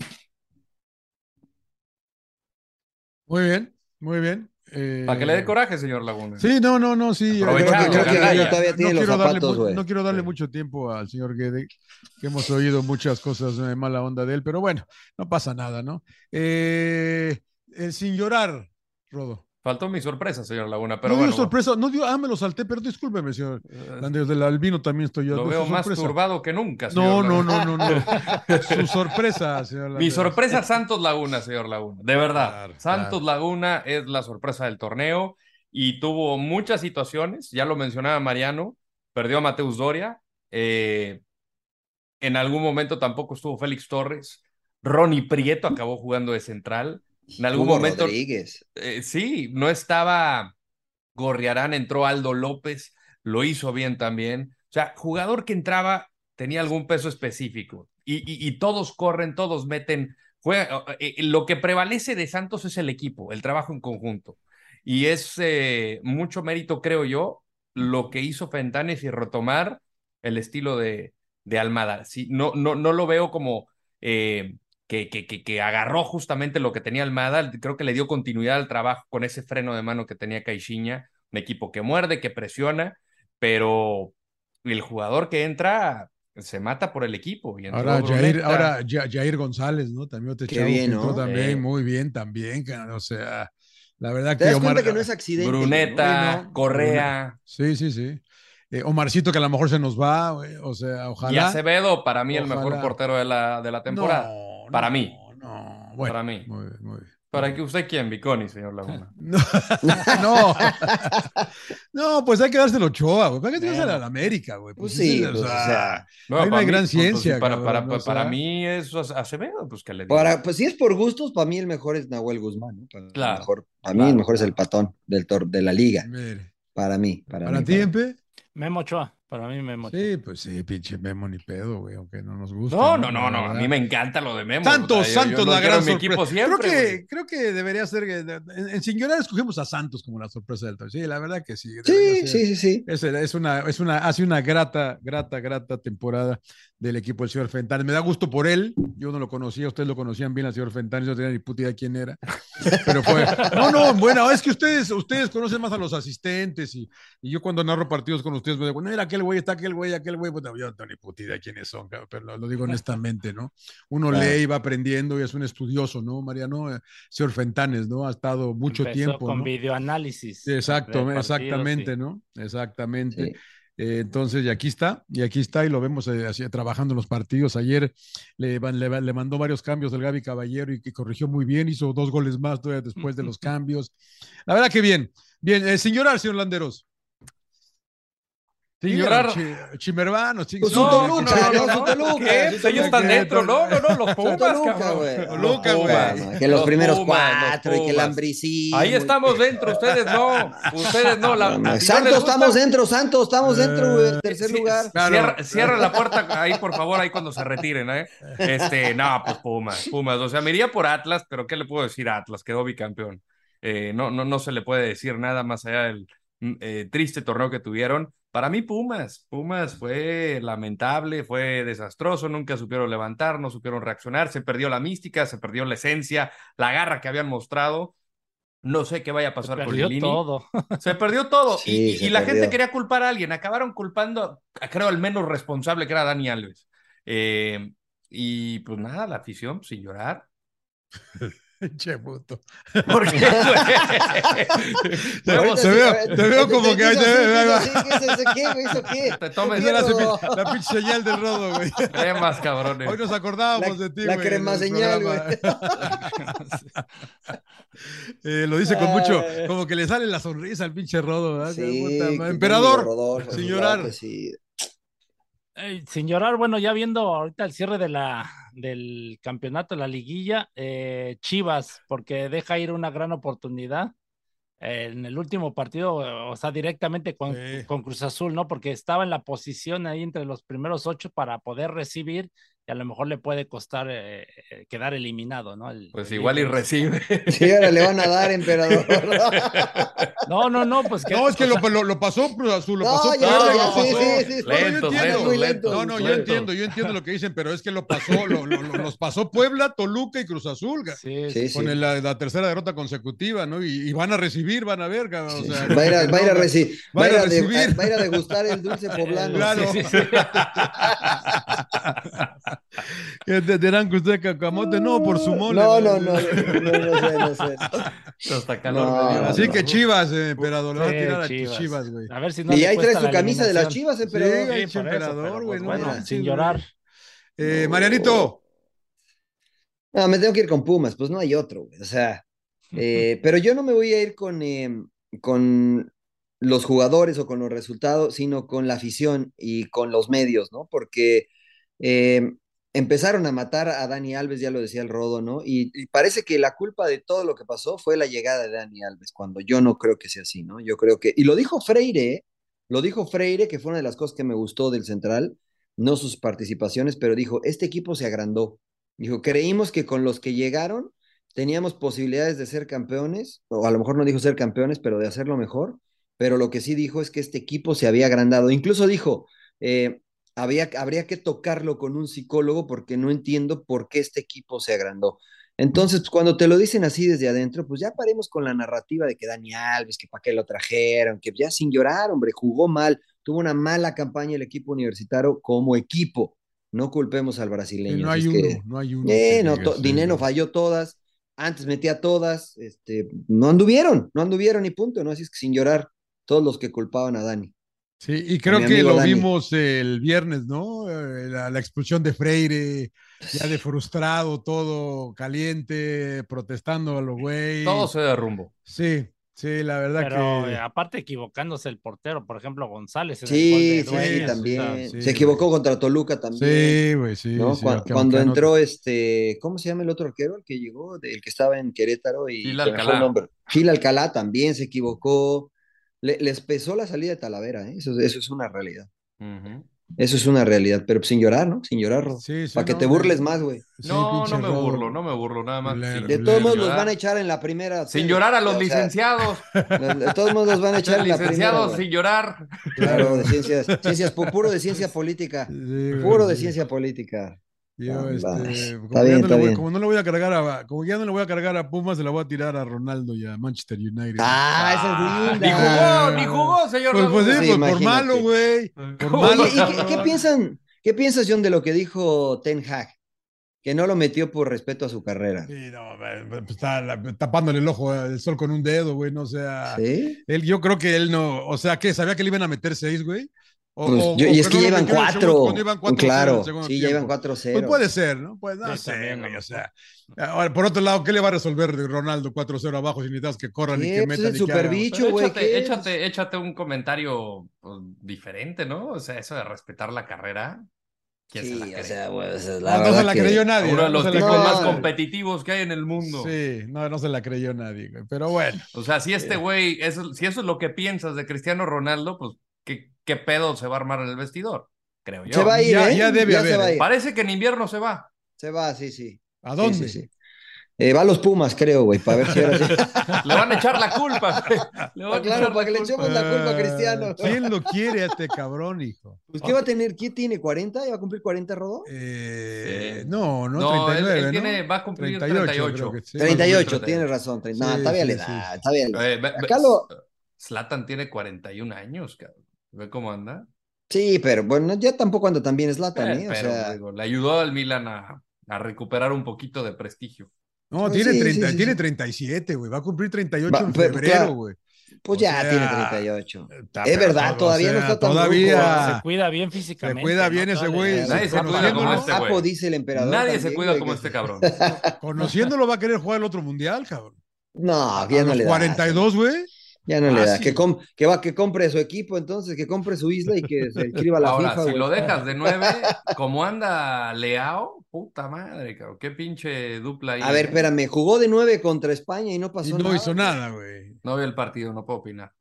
muy bien, muy bien. Eh,
Para que le dé coraje, señor Laguna.
Sí, no, no, no, sí. yo creo que-
Aprovechando,
creo que-
canalla.
no
Todavía tiene los
quiero darle
zapatos,
mu-
güey.
No quiero darle
Sí.
mucho tiempo al señor Guede, que hemos oído muchas cosas de mala onda de él, pero bueno, no pasa nada, ¿no? Eh, eh, sin llorar, Rodo.
Faltó mi sorpresa, señor Laguna, pero
no
bueno.
dio sorpresa, no dio, ah, me lo salté, pero discúlpeme, señor.
eh,
Andrés del Albino también estoy yo.
Lo
no,
veo
su
más
sorpresa.
turbado que nunca,
No,
señor
no,
Laguna.
no, no,
<laughs>
no. Su sorpresa, señor.
Mi
Landero.
sorpresa, Santos Laguna, señor Laguna. De verdad,
Claro,
Santos Laguna es la sorpresa del torneo y tuvo muchas situaciones. Ya lo mencionaba Mariano, perdió a Mateus Doria. eh, en algún momento tampoco estuvo Félix Torres. Ronnie Prieto acabó jugando de central. En algún
Hugo
momento
Rodríguez.
eh, sí, no estaba Gorriarán, entró Aldo López, lo hizo bien también. O sea, jugador que entraba tenía algún peso específico y, y- y todos corren, todos meten. juega- eh, eh, lo que prevalece de Santos es el equipo, el trabajo en conjunto. Y es eh, mucho mérito, creo yo, lo que hizo Fentanes y retomar el estilo de, de Almada. Sí, no, no, no lo veo como... eh, que, que, que, que agarró justamente lo que tenía Almada, creo que le dio continuidad al trabajo con ese freno de mano que tenía Caixinha, un equipo que muerde, que presiona, pero el jugador que entra se mata por el equipo. Y entró
Ahora Jair,
Bruneta.
ahora Ja- Jair González, ¿no? También otro
Qué
chavo
bien,
que entró
¿no?
también,
Sí.
muy bien también, cara, o sea, la
¿Te
verdad que
das
Omar
cuenta que no es accidente?
Bruneta,
güey, no?
Correa
Sí, sí, sí. Eh, Omarcito que a lo mejor se nos va, güey, o sea, ojalá.
y Acevedo, para mí el
Ojalá.
mejor portero de la, de la temporada.
No,
Para
no,
mí.
No, bueno,
Para mí.
Muy bien, muy bien.
¿Para qué usted quién, Biconi, señor
<laughs>
Laguna?
No, no. No, pues hay que dárselo a Ochoa, güey. ¿Para qué te vas a la América, güey?
Pues sí,
o
pues, o
sea,
sea,
No,
Ahí no
para
hay gran
pues,
ciencia,
para, para,
cabrón, o
para
sea.
mí es Ace- Acevedo, pues que le digo.
para, pues si es por gustos, para mí el mejor es Nahuel Guzmán, ¿no? Para,
Claro.
mejor, para mí
Claro,
el mejor es el patón del tor de la liga,
mire,
para mí. Para,
para
mí,
ti, Empe.
Memo Ochoa, para mí Memo Ochoa.
Sí, pues sí, pinche Memo ni pedo, güey, aunque no nos gusta.
No, no, no,
La
no. A
verdad.
mí me encanta lo de Memo.
Santos,
o sea, yo- yo
Santos,
lo
la
quiero
gran
en mi
sorpresa.
equipo siempre.
creo, que,
güey.
creo que debería ser. que- En, en singular escogimos a Santos como la sorpresa del torneo. Sí, la verdad que sí. debería
Sí,
ser.
sí, sí, sí.
Es, es una, es una, hace una grata, grata, grata temporada del equipo del señor Fentanes. Me da gusto por él. Yo no lo conocía, ustedes lo conocían bien al señor Fentanes, yo no tenía ni puta idea quién era. Pero fue, no, no, bueno, es que ustedes, ustedes conocen más a los asistentes y, y yo cuando narro partidos con ustedes me digo, no, era aquel güey, está aquel güey, aquel güey, puta, yo no tengo ni puta idea quiénes son, cabrón, pero lo, lo digo honestamente, ¿no? Uno
Claro.
lee y va aprendiendo y es un estudioso, ¿no, Mariano? Eh, Señor Fentanes, ¿no? Ha estado mucho
Empezó
tiempo.
con
¿no?
videoanálisis.
Sí, Exacto,
del partido,
exactamente,
sí.
¿no? Exactamente.
Sí.
Eh, entonces, y aquí está, y aquí está, y lo vemos eh, así, trabajando en los partidos. Ayer le, van- le, van- le mandó varios cambios del Gaby Caballero y que corrigió muy bien, hizo dos goles más todavía después de <laughs> los cambios. La verdad que bien, bien, eh, sin llorar, señor Landeros.
Sin llorar.
Chi- Chimervano, chi-
Pues
no,
su
no,
Toluca,
no,
¿no?
no,
Su Toluca.
¿Qué?
su
Pues ellos
Toluca.
están dentro. No, no, no. Los
Su
Pumas,
Toluca,
cabrón.
güey.
Toluca,
Los Pumas,
güey.
¿no? Que los
Los
primeros
Pumas, los
cuatro y que el
Pumas.
hambricismo
Ahí
y-
estamos dentro. Ustedes no. Ustedes no. La,
Santos,
si no les gusta-
estamos dentro, Santos,
Eh,
estamos dentro, güey, en tercer
Sí,
lugar.
Claro.
Cierra, cierra la puerta ahí, por favor, ahí cuando se retiren, ¿eh? Este, no, pues Pumas, Pumas. O sea, me iría por Atlas, pero ¿qué le puedo decir a Atlas? Quedó bicampeón. Eh, no, no, no se le puede decir nada más allá del mm, eh, triste torneo que tuvieron. Para mí, Pumas. Pumas fue lamentable, fue desastroso, nunca supieron levantar, no supieron reaccionar, se perdió la mística, se perdió la esencia, la garra que habían mostrado. No sé qué vaya a pasar con
Perdió
Lilini.
todo.
Se perdió todo.
Sí,
y y-
se
y la
perdió.
gente quería culpar a alguien. Acabaron culpando, a- creo, al menos responsable que era Dani Alves. Eh, y pues nada, la afición, sin llorar. <laughs>
<laughs> Che, puto.
¿Por qué, güey? Huevos,
Ahorita
Te
sí,
veo-
ahorita-
te veo como
<laughs>
que-
¿Qué hizo
te-
así? ¿Qué hizo así? ¿Qué hizo así? ¿Qué
<laughs>
hizo
te
qué?
tomes
Esa era su
Miedo.
pin- la pinche señal del rodo, güey.
cremas, cabrones.
Hoy nos acordábamos
La-
de ti,
la
güey, en
crema
el
señal,
programa. <laughs> Eh, lo dice con mucho,
Ah.
como que le sale la sonrisa al pinche Rodo, ¿verdad?
Sí,
Puta madre.
qué
Emperador,
conmigo, Rodolfo,
sin
claro
llorar.
que
<laughs>
sí.
Eh, sin llorar, bueno, ya viendo ahorita el cierre de la, del campeonato, la liguilla, eh, Chivas, porque deja ir una gran oportunidad eh, en el último partido, eh, o sea, directamente con,
Sí.
con Cruz Azul, ¿no? Porque estaba en la posición ahí entre los primeros ocho para poder recibir y a lo mejor le puede costar eh, eh, quedar eliminado, ¿no? El-
Pues
el
igual y
líder.
recibe.
Sí, ahora le van a dar,
<laughs>
emperador.
No, no, no, pues que...
No, es que
o
lo,
sea,
lo- lo pasó Cruz Azul, lo
No,
pasó
ya,
Puebla,
ya,
lo
sí,
pasó.
sí, sí.
No, no,
Lentos,
yo entiendo.
lentos,
Muy
lentos.
lentos,
No, no, yo
lentos.
entiendo, yo entiendo lo que dicen, pero es que lo pasó, lo, lo- lo- los pasó Puebla, Toluca y Cruz Azul, ga-
sí,
Sí, sí.
con el- la, la tercera derrota consecutiva, ¿no? Y, y van a recibir, van a ver, cabrón, o
Sí.
sea,
Va a ir a,
no,
va a ir a
no.
reci-
va
va a
a ir a
ir a de-
recibir.
va a ir a degustar el
<laughs>
dulce poblano.
Claro.
Sí,
<laughs>
sí, sí.
Eh, de- Dirán que usted cacamote, no, por su mole.
No, no, no, no, no, no sé, no
<laughs>
sé.
Hasta calor
No,
me dio.
Así
no,
que
no.
Chivas, eh, emperador, le va a
Sí,
tirar a tus
Chivas.
Chivas, güey.
A ver si no
y
le
ahí trae
cuesta
su
la
camisa de las
eliminación.
chivas,
Sí,
emperador.
güey,
Sí, por eso,
emperador,
pero,
güey,
pues,
no
bueno,
manches,
sin
güey.
llorar.
Eh, Marianito,
No, me tengo que ir con Pumas, pues no hay otro, güey. O
<laughs>
sea, eh, pero yo no me voy a ir con, eh, con los jugadores o con los resultados, sino con la afición y con los medios, ¿no? Porque eh, empezaron a matar a Dani Alves, ya lo decía el Rodo, ¿no? Y, y parece que la culpa de todo lo que pasó fue la llegada de Dani Alves, cuando yo no creo que sea así, ¿no? Yo creo que, y lo dijo Freire, ¿eh? lo dijo Freire, que fue una de las cosas que me gustó del Central, no sus participaciones, pero dijo, este equipo se agrandó. Dijo, creímos que con los que llegaron teníamos posibilidades de ser campeones, o a lo mejor no dijo ser campeones, pero de hacerlo mejor, pero lo que sí dijo es que este equipo se había agrandado. Incluso dijo, eh, había, habría que tocarlo con un psicólogo porque no entiendo por qué este equipo se agrandó. Entonces, pues, cuando te lo dicen así desde adentro, pues ya paremos con la narrativa de que Dani Alves, que para qué lo trajeron, que ya sin llorar, hombre, jugó mal, tuvo una mala campaña el equipo universitario como equipo. No culpemos al
que
brasileño.
no
así
hay
es
uno,
que-
no hay uno.
eh,
que
no,
diga,
to-
sí,
Dineno
güey.
falló todas, antes metía todas, este, no anduvieron, no anduvieron y punto, ¿no? Así es que sin llorar, todos los que culpaban a Dani.
Sí, y creo
mi
que
amigo
lo
Dani.
vimos el viernes, ¿no? Eh, La, la expulsión de Freire, ya de frustrado, todo caliente, protestando a los güey.
Todo se derrumbó.
Sí, sí, la verdad
Pero
que.
eh, aparte equivocándose el portero, por ejemplo, González. en el gol de
Sí, sí, sí,
Dueñas, o sea,
también.
sí,
Se equivocó contra Toluca también.
Sí, güey, sí.
¿no?
sí,
Cuan-
aunque-
cuando
aunque no-
entró este, ¿cómo se llama el otro arquero? El que llegó, de- el que estaba en Querétaro y
Gil
se me fue el
Alcalá.
nombre. Gil Alcalá también se equivocó. Le- les pesó la salida de Talavera, ¿eh? eso, eso es una realidad.
Ujú.
Eso es una realidad, pero sin llorar, ¿no? Sin llorar, Rodo.
Sí, sí,
Para que
no,
te
güey.
burles más, güey.
Sí,
no,
pinche
no me
Rodo.
burlo, no me burlo, nada más.
Culero,
sin-
De
Sin
todos modos
sin
los
llorar.
van a echar en la primera.
Sin
sí.
llorar a los
O sea,
licenciados.
los- de todos modos los
<laughs>
van
<laughs>
a echar en la primera.
licenciados
güey.
sin llorar.
Claro, de ciencias, ciencias, pu- puro de ciencia política.
Sí, güey,
Puro de
sí.
ciencia política.
Yo,
Ah,
este,
va.
como,
Está
ya
bien,
no le
está
voy,
bien.
como no le voy a cargar a, como ya no le voy a cargar a Pumas, se la voy a tirar a Ronaldo y a Manchester United.
Ah,
Ni
Ah.
jugó, ni jugó, señor.
pues, pues, sí,
Laguna.
sí,
pues, por
imagínate.
malo, güey. por
¿Cómo?
malo.
Oye, ¿y qué, qué piensan, qué piensas, John, de lo que dijo Ten Hag? Que no lo metió por respeto a su carrera.
Sí, no, pues, está la- tapándole el ojo al sol con un dedo, güey. No, o sea,
¿Sí?
él, yo creo que él no, o sea, que sabía que le iban a meter seis, güey. O-
Pues,
o-
yo-
o
y es que
no lo
llevan
metió en el segundo-
cuatro. Oh,
cuando iban cuatro, cero en
claro,
el segundo
sí,
tiempo.
llevan 4-0.
Pues puede ser, ¿no? Pues no
Sí,
sé,
también,
güey,
a lo
o sea. ah, Ahora, por otro lado, ¿qué le va a resolver de Ronaldo 4-0 abajo si necesitas que corran y
Sí,
que
pues, es
metan? y
el
que hagan?
superbicho.
Pero
güey, ¿qué
échate,
es?
échate, échate un comentario pues, diferente, ¿no? O sea, eso de respetar la carrera. ¿quién se la
Sí,
cree?
o sea, pues, la
Ah, No, no
verdad
se la
que-
creyó nadie.
Uno de
no
los
se la
tipos
creyó
más
nadie.
competitivos que hay en el mundo.
Sí, no, no se la creyó nadie, güey. Pero bueno,
O sea, si este güey, eso- si eso es lo que piensas de Cristiano Ronaldo, pues, ¿qué, qué pedo se va a armar en el vestidor? Creo yo.
Se va a ir,
Ya-
¿eh?
ya debe
se
haber,
va a
¿eh?
ir.
Parece que en invierno se va.
Se va, sí, sí.
¿a
Sí, sí,
dónde?
sí. Eh, va a los Pumas, creo, güey, para ver si ahora sí.
<laughs>
Le van a echar la culpa. güey. Le van a
Ah, claro,
echar
para que le
la
echemos la culpa a Cristiano.
Ah, ¿Quién lo quiere a este cabrón, hijo?
Pues, ¿qué va a tener? ¿Quién tiene? ¿40? ¿Ya va a cumplir 40, Rodo?
Eh,
Sí.
No, no,
No, él-
39,
él,
¿no?
tiene, va a cumplir 38.
creo que sí.
38, tienes razón. trein-
Sí,
no, todavía
sí,
le
sí.
da, todavía le da.
Eh, ve- ve-
Acá lo-
Zlatan tiene 41 años, cabrón. Ve cómo anda.
Sí, pero bueno, ya tampoco anda tan bien Zlatan,
Eh,
¿eh? O
pero
sea,
digo, le ayudó al Milan a, a recuperar un poquito de prestigio.
No,
Pues
tiene,
sí,
30,
sí, sí,
tiene
sí.
37, güey. Va a cumplir 38
Va,
en
pero,
febrero,
claro.
güey.
pues
o
ya
sea,
tiene 38.
Está,
Es
pero
verdad,
todo,
todavía no está tan
se
Todavía.
cuida bien físicamente.
cuida
¿no?
bien ese
Todavía
güey,
es
Nadie se
un
cuida
bárbaro,
como
¿no?
este
Sapo
güey.
dice el emperador.
Nadie se
también,
cuida
güey,
como
que-
este
<laughs>
cabrón.
Conociéndolo va a querer jugar el otro mundial, cabrón.
No,
a
ya no
los
le da.
42, güey.
Ya no le da.
Fácil.
Que, com- que va, que compre su equipo, entonces, que compre su isla y que
<laughs>
se inscriba a la
Ahora,
FIFA,
si
güey.
lo dejas de
<laughs>
nueve, como anda Leao, puta madre, cabrón. Qué pinche dupla ahí.
A ver,
¿eh?
espérame, jugó de 9 contra España y no
Y
pasó
no
nada. <laughs>
hizo nada, güey.
No veo el partido, no puedo opinar.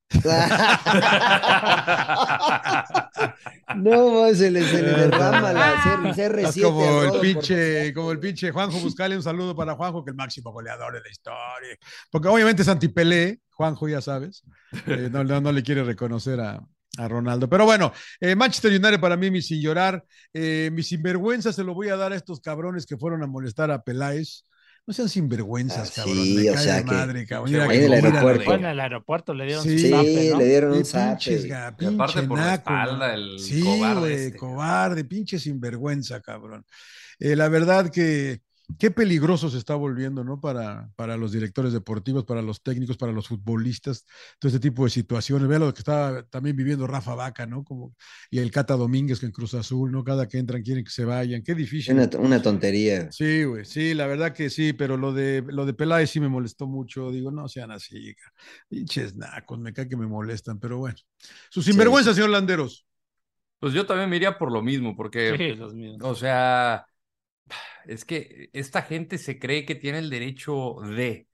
No, güey, se le, se le derrama la CR- CR7.
Estás Ah. como
a
el
Rodo,
pinche,
Pues por-
como el pinche
<laughs>
Juanjo Buscale, un saludo para Juanjo, que el máximo goleador de la historia. Porque obviamente es antipelé, Juanjo, ya sabes. Eh, no, no- no le quiere reconocer a, a Ronaldo. Pero bueno, eh, Manchester United para mí, mi sin llorar, eh, mi sinvergüenza se lo voy a dar a estos cabrones que fueron a molestar a Peláez. No sean sinvergüenzas,
Ah,
cabrón.
sí,
me
o
cae
sea
de
que-
madre, cabrón.
Ahí
Mira
en
que
el
lo miran,
aeropuerto.
güey.
Bueno, en el aeropuerto le dieron
Sí.
su zape,
Sí,
¿no?
le dieron
Y
un
pinches,
zape.
ga-
Y aparte
pinche
por la
naco,
espalda,
¿no?
el
Sí,
cobarde
güey,
este.
cobarde, pinche sinvergüenza, cabrón. Eh, la verdad que qué peligroso se está volviendo, ¿no? Para, para los directores deportivos, para los técnicos, para los futbolistas, todo este tipo de situaciones. Vea lo que está también viviendo Rafa Vaca, ¿no? Como, y el Cata Domínguez que en Cruz Azul, ¿no? Cada que entran quieren que se vayan. Qué difícil.
Una, una tontería.
Sí, güey, sí, la verdad que sí, pero lo de lo de Peláez sí me molestó mucho. Digo, no sean así, ca- pinches nacos, me cae que me molestan, pero bueno. Sus sinvergüenzas, señor Landeros.
Pues yo también me iría por lo mismo, porque
Sí, los mismos.
O sea, es que esta gente se cree que tiene el derecho de,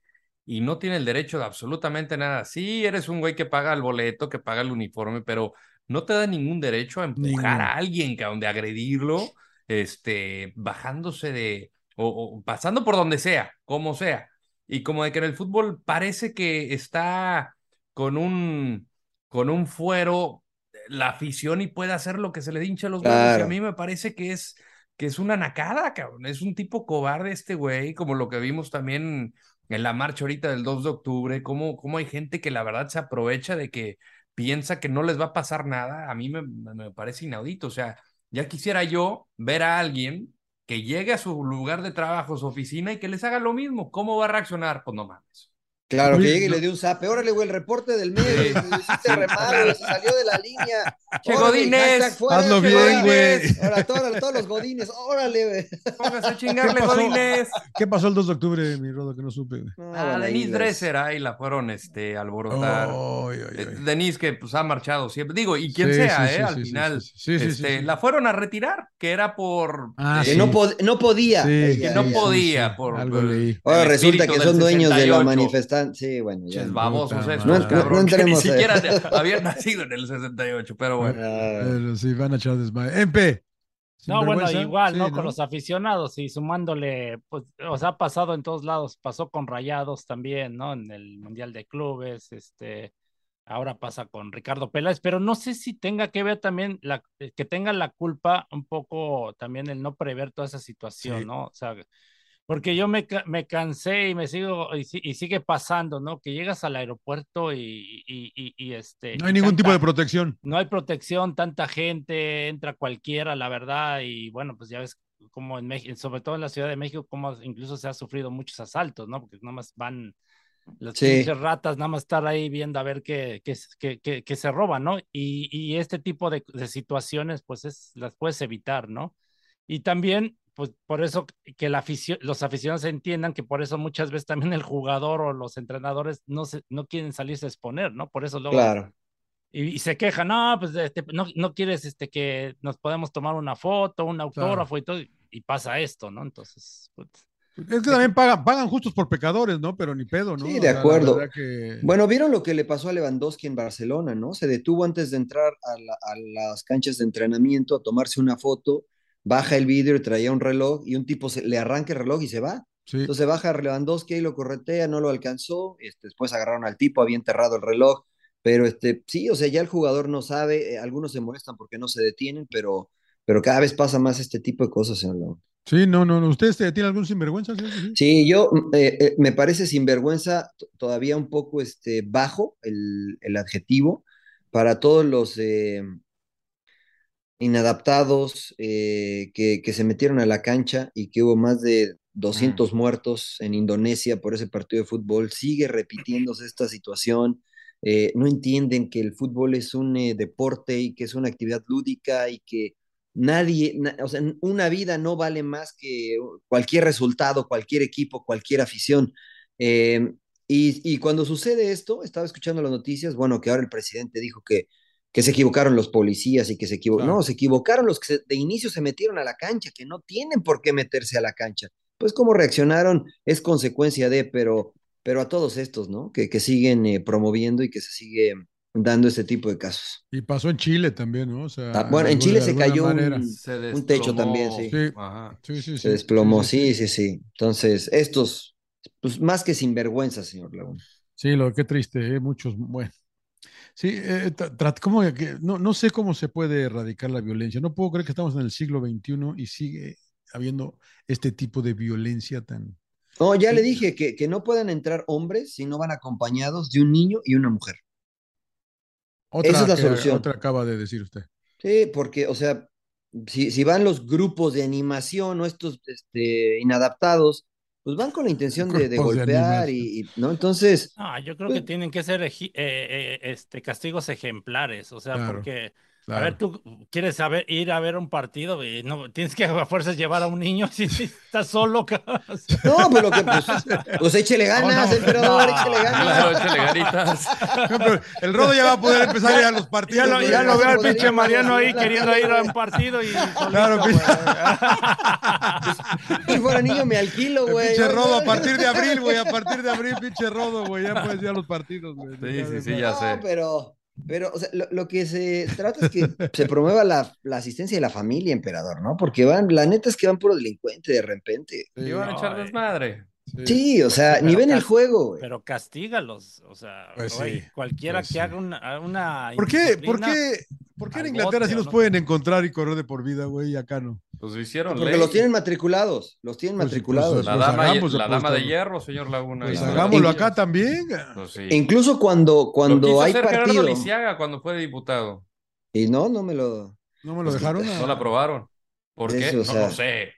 y no tiene el derecho de absolutamente nada. Sí, eres un güey que paga el boleto, que paga el uniforme, pero no te da ningún derecho a empujar
Ninguno.
a alguien, cabrón, de agredirlo, este, bajándose de, o, o pasando por donde sea, como sea. Y como de que en el fútbol parece que está con un, con un fuero la afición y puede hacer lo que se le hinche a los huevos. Y
Claro.
a mí me parece que es, que es una nacada, cabrón. Es un tipo cobarde este güey, como lo que vimos también en la marcha ahorita del 2 de octubre, cómo, cómo hay gente que la verdad se aprovecha de que piensa que no les va a pasar nada. A mí me, me parece inaudito. O sea, ya quisiera yo ver a alguien que
<laughs>
llegue a su lugar de trabajo, su oficina y que les haga lo mismo. ¿Cómo va a reaccionar? Pues no mames.
Claro,
Oye,
que llegue y
no-
le dé un zape. Órale, güey, el reporte del medio.
Sí.
Lo hiciste re mal, güey, se salió de la línea.
Che,
Órale,
Godínez,
hashtag fuera,
hazlo
che,
bien,
Godínez.
güey.
Ahora, todos, todos los godines, órale, güey.
Póngase a chingarle,
¿Qué pasó?
Godínez.
¿Qué pasó el 2 de octubre, mi Rodo, que no supe? güey?
No,
A
bueno, ahí,
Ah, Denise
güey.
Dresser, ahí la fueron este, a alborotar.
Ay, ay,
Eh,
ay.
Denise, que pues ha marchado siempre. Digo, y quien
Oh, Sí,
sea,
sí,
¿eh?
sí,
Al
sí, sí,
final.
sí, sí, sí, sí,
este,
sí.
La fueron a retirar, que era por.
Ah,
eh,
Que
sí.
no, pod- no podía.
Sí,
que
ella,
no
ella.
podía por-
Algo
por-
leí.
Ahora
el
resulta que
espíritu
son
del
dueños de la
68.
manifestancia. Sí, bueno, ya.
Pinches pues, babosos
Puta
estos,
madre. No, no
cabrón, que ni
entremos, eh.
siquiera habían nacido en el 68, pero bueno.
Ah,
Pero sí, van a echar eh, desmadre. MP.
No, bueno,
sinvergüenza,
igual,
sí,
¿no? Con los aficionados y sumándole, pues, o sea, ha pasado en todos lados, pasó con Rayados también, ¿no? En el Mundial de Clubes, este, ahora pasa con Ricardo Peláez, pero no sé si tenga que ver también, la, eh, que tenga la culpa un poco también el no prever toda esa situación,
Sí.
¿no? O sea, porque yo me, ca- me cansé y me sigo, y, si- y sigue pasando, ¿no? Que llegas al aeropuerto y, y, y, y, este...
No hay
y
ningún tipo
tanta-
de protección.
no hay protección, tanta gente, entra cualquiera, la verdad, y bueno, pues ya ves como en México, sobre todo en la Ciudad de México, como incluso se ha sufrido muchos asaltos, ¿no? Porque nada más van las
Sí.
pinches ratas, nada más estar ahí viendo a ver qué, qué, qué- qué- qué se roban, ¿no? Y, y este tipo de, de situaciones, pues es, las puedes evitar, ¿no? Y también, pues por eso que la aficio- los aficionados entiendan que por eso muchas veces también el jugador o los entrenadores no, se, no quieren salirse a exponer, ¿no? Por eso luego
Claro.
y, y se quejan, no, pues este, no, no quieres este, que nos podamos tomar una foto, un autógrafo y todo, y- y pasa esto, ¿no? Entonces, pues, putz.
Es que también pagan, pagan justos por pecadores, ¿no? Pero ni pedo, ¿no?
Sí, de
O sea, la
acuerdo.
verdad que-
Bueno, vieron lo que le pasó a Lewandowski en Barcelona, ¿no? Se detuvo antes de entrar a, la- a las canchas de entrenamiento a tomarse una foto, baja el vidrio y traía un reloj y un tipo se- le arranca el reloj y se va.
sí.
Entonces baja Lewandowski y lo corretea, no lo alcanzó, este, después agarraron al tipo, había enterrado el reloj, pero este, sí, o sea, ya el jugador no sabe, eh, algunos se molestan porque no se detienen, pero, pero cada vez pasa más este tipo de cosas, señor León.
Sí, no, no, no. ¿Ustedes eh, tienen algún sinvergüenza? Sí, sí, sí.
Sí, yo mm, eh, eh, me parece sinvergüenza t- todavía un poco este, bajo el, el adjetivo para todos los eh, inadaptados eh, que, que se metieron a la cancha y que hubo más de 200 muertos en Indonesia por ese partido de fútbol. Sigue repitiéndose esta situación. Eh, no entienden que el fútbol es un eh, deporte y que es una actividad lúdica y que Nadie, na- o sea, n- una vida no vale más que cualquier resultado, cualquier equipo, cualquier afición. Eh, y, y cuando sucede esto, estaba escuchando las noticias, bueno, que ahora el presidente dijo que, que se equivocaron los policías y que se equivocaron.
Claro.
No, se equivocaron los que se- de inicio se metieron a la cancha, que no tienen por qué meterse a la cancha. Pues cómo reaccionaron es consecuencia de, pero, pero a todos estos, ¿no? Que, que siguen eh, promoviendo y que se sigue dando este tipo de casos.
Y pasó en Chile también, ¿no? O sea,
Ah, bueno, en
de
Chile
alguna- de
se
alguna
cayó un-
manera.
Se
Un techo también,
desplomó.
sí.
Sí.
Ajá.
Sí, sí, sí.
Se desplomó, sí, sí, sí. Entonces, estos, pues más que sinvergüenza, señor Laguna.
Sí, lo qué triste, ¿eh? muchos, bueno. Sí, eh, tra- tra- ¿cómo que- no, no sé cómo se puede erradicar la violencia. No puedo creer que estamos en el siglo XXI y sigue habiendo este tipo de violencia tan...
No, Oh, ya
Sí.
le dije que, que no puedan entrar hombres si no van acompañados de un niño y una mujer.
Otra
Esa es la
que-
solución.
Otra acaba de decir usted.
Sí, porque, o sea, si, si van los grupos de animación o estos este, inadaptados, pues van con la intención de, de
Grupos de
golpear y, y- ¿no? Entonces,
Ah, yo creo que
Pues-
tienen que ser eji- eh, eh, este, castigos ejemplares, o sea,
Claro,
porque, a
Claro.
ver, tú quieres saber, ir a ver un partido y no, tienes que a fuerzas llevar a un niño <laughs> si, si estás solo, cabrón. <laughs> O sea,
no, pues lo que, pues, pues
<laughs>
échele ganas,
Oh, no.
emperador,
No,
échele ganas.
Claro,
<laughs>
échale ganitas.
No, pero el rodo ya va a poder empezar a ir a los partidos.
Ya lo,
güey.
ya lo veo al
Podría
pinche Mariano ahí
pasar.
queriendo ir a un partido y
Claro,
solito, güey.
Pues, Si fuera niño, me alquilo, <laughs>
El
güey.
pinche
Ay,
rodo a
no.
partir de abril, güey. A partir de abril, pinche rodo, güey. Ya puedes ir a los partidos, güey.
Sí,
Ya
sí,
de-
sí, ya sé.
No, pero, pero o sea, lo, lo que se trata es que se promueva la, la asistencia de la familia, emperador, ¿no? Porque van, la neta es que van puro delincuente de repente.
<laughs> Sí,
Iban a
No,
echar
eh.
desmadre.
Sí, o sea,
Pero
ni ven el
casi-
juego,
<laughs>
güey.
Pero castígalos, o sea,
Pues
güey,
sí,
cualquiera
pues
que
sí.
haga una, una
¿Por qué? ¿Por
indisciplina,
qué? ¿Por qué en
al
Inglaterra sí
bote, ¿o
los
no?
pueden encontrar y correr de por vida, güey? Y acá no.
Pues lo hicieron
Porque
ley.
los tienen matriculados, los tienen
Pues,
matriculados.
pues,
La
Los
dama,
hagamos
la
de
dama de
postor.
hierro, señor Laguna.
Pues
Ahí está.
hagámoslo
sí.
acá también. eh.
Pues sí.
Incluso cuando,
Lo quiso
cuando hay
hacer Gerardo
partido.
Lisiaga cuando fue diputado.
Y no, no me lo.
No me lo
Es que-
dejaron.
No la aprobaron. ¿Por qué?
Eso, o
no
sea,
lo sé.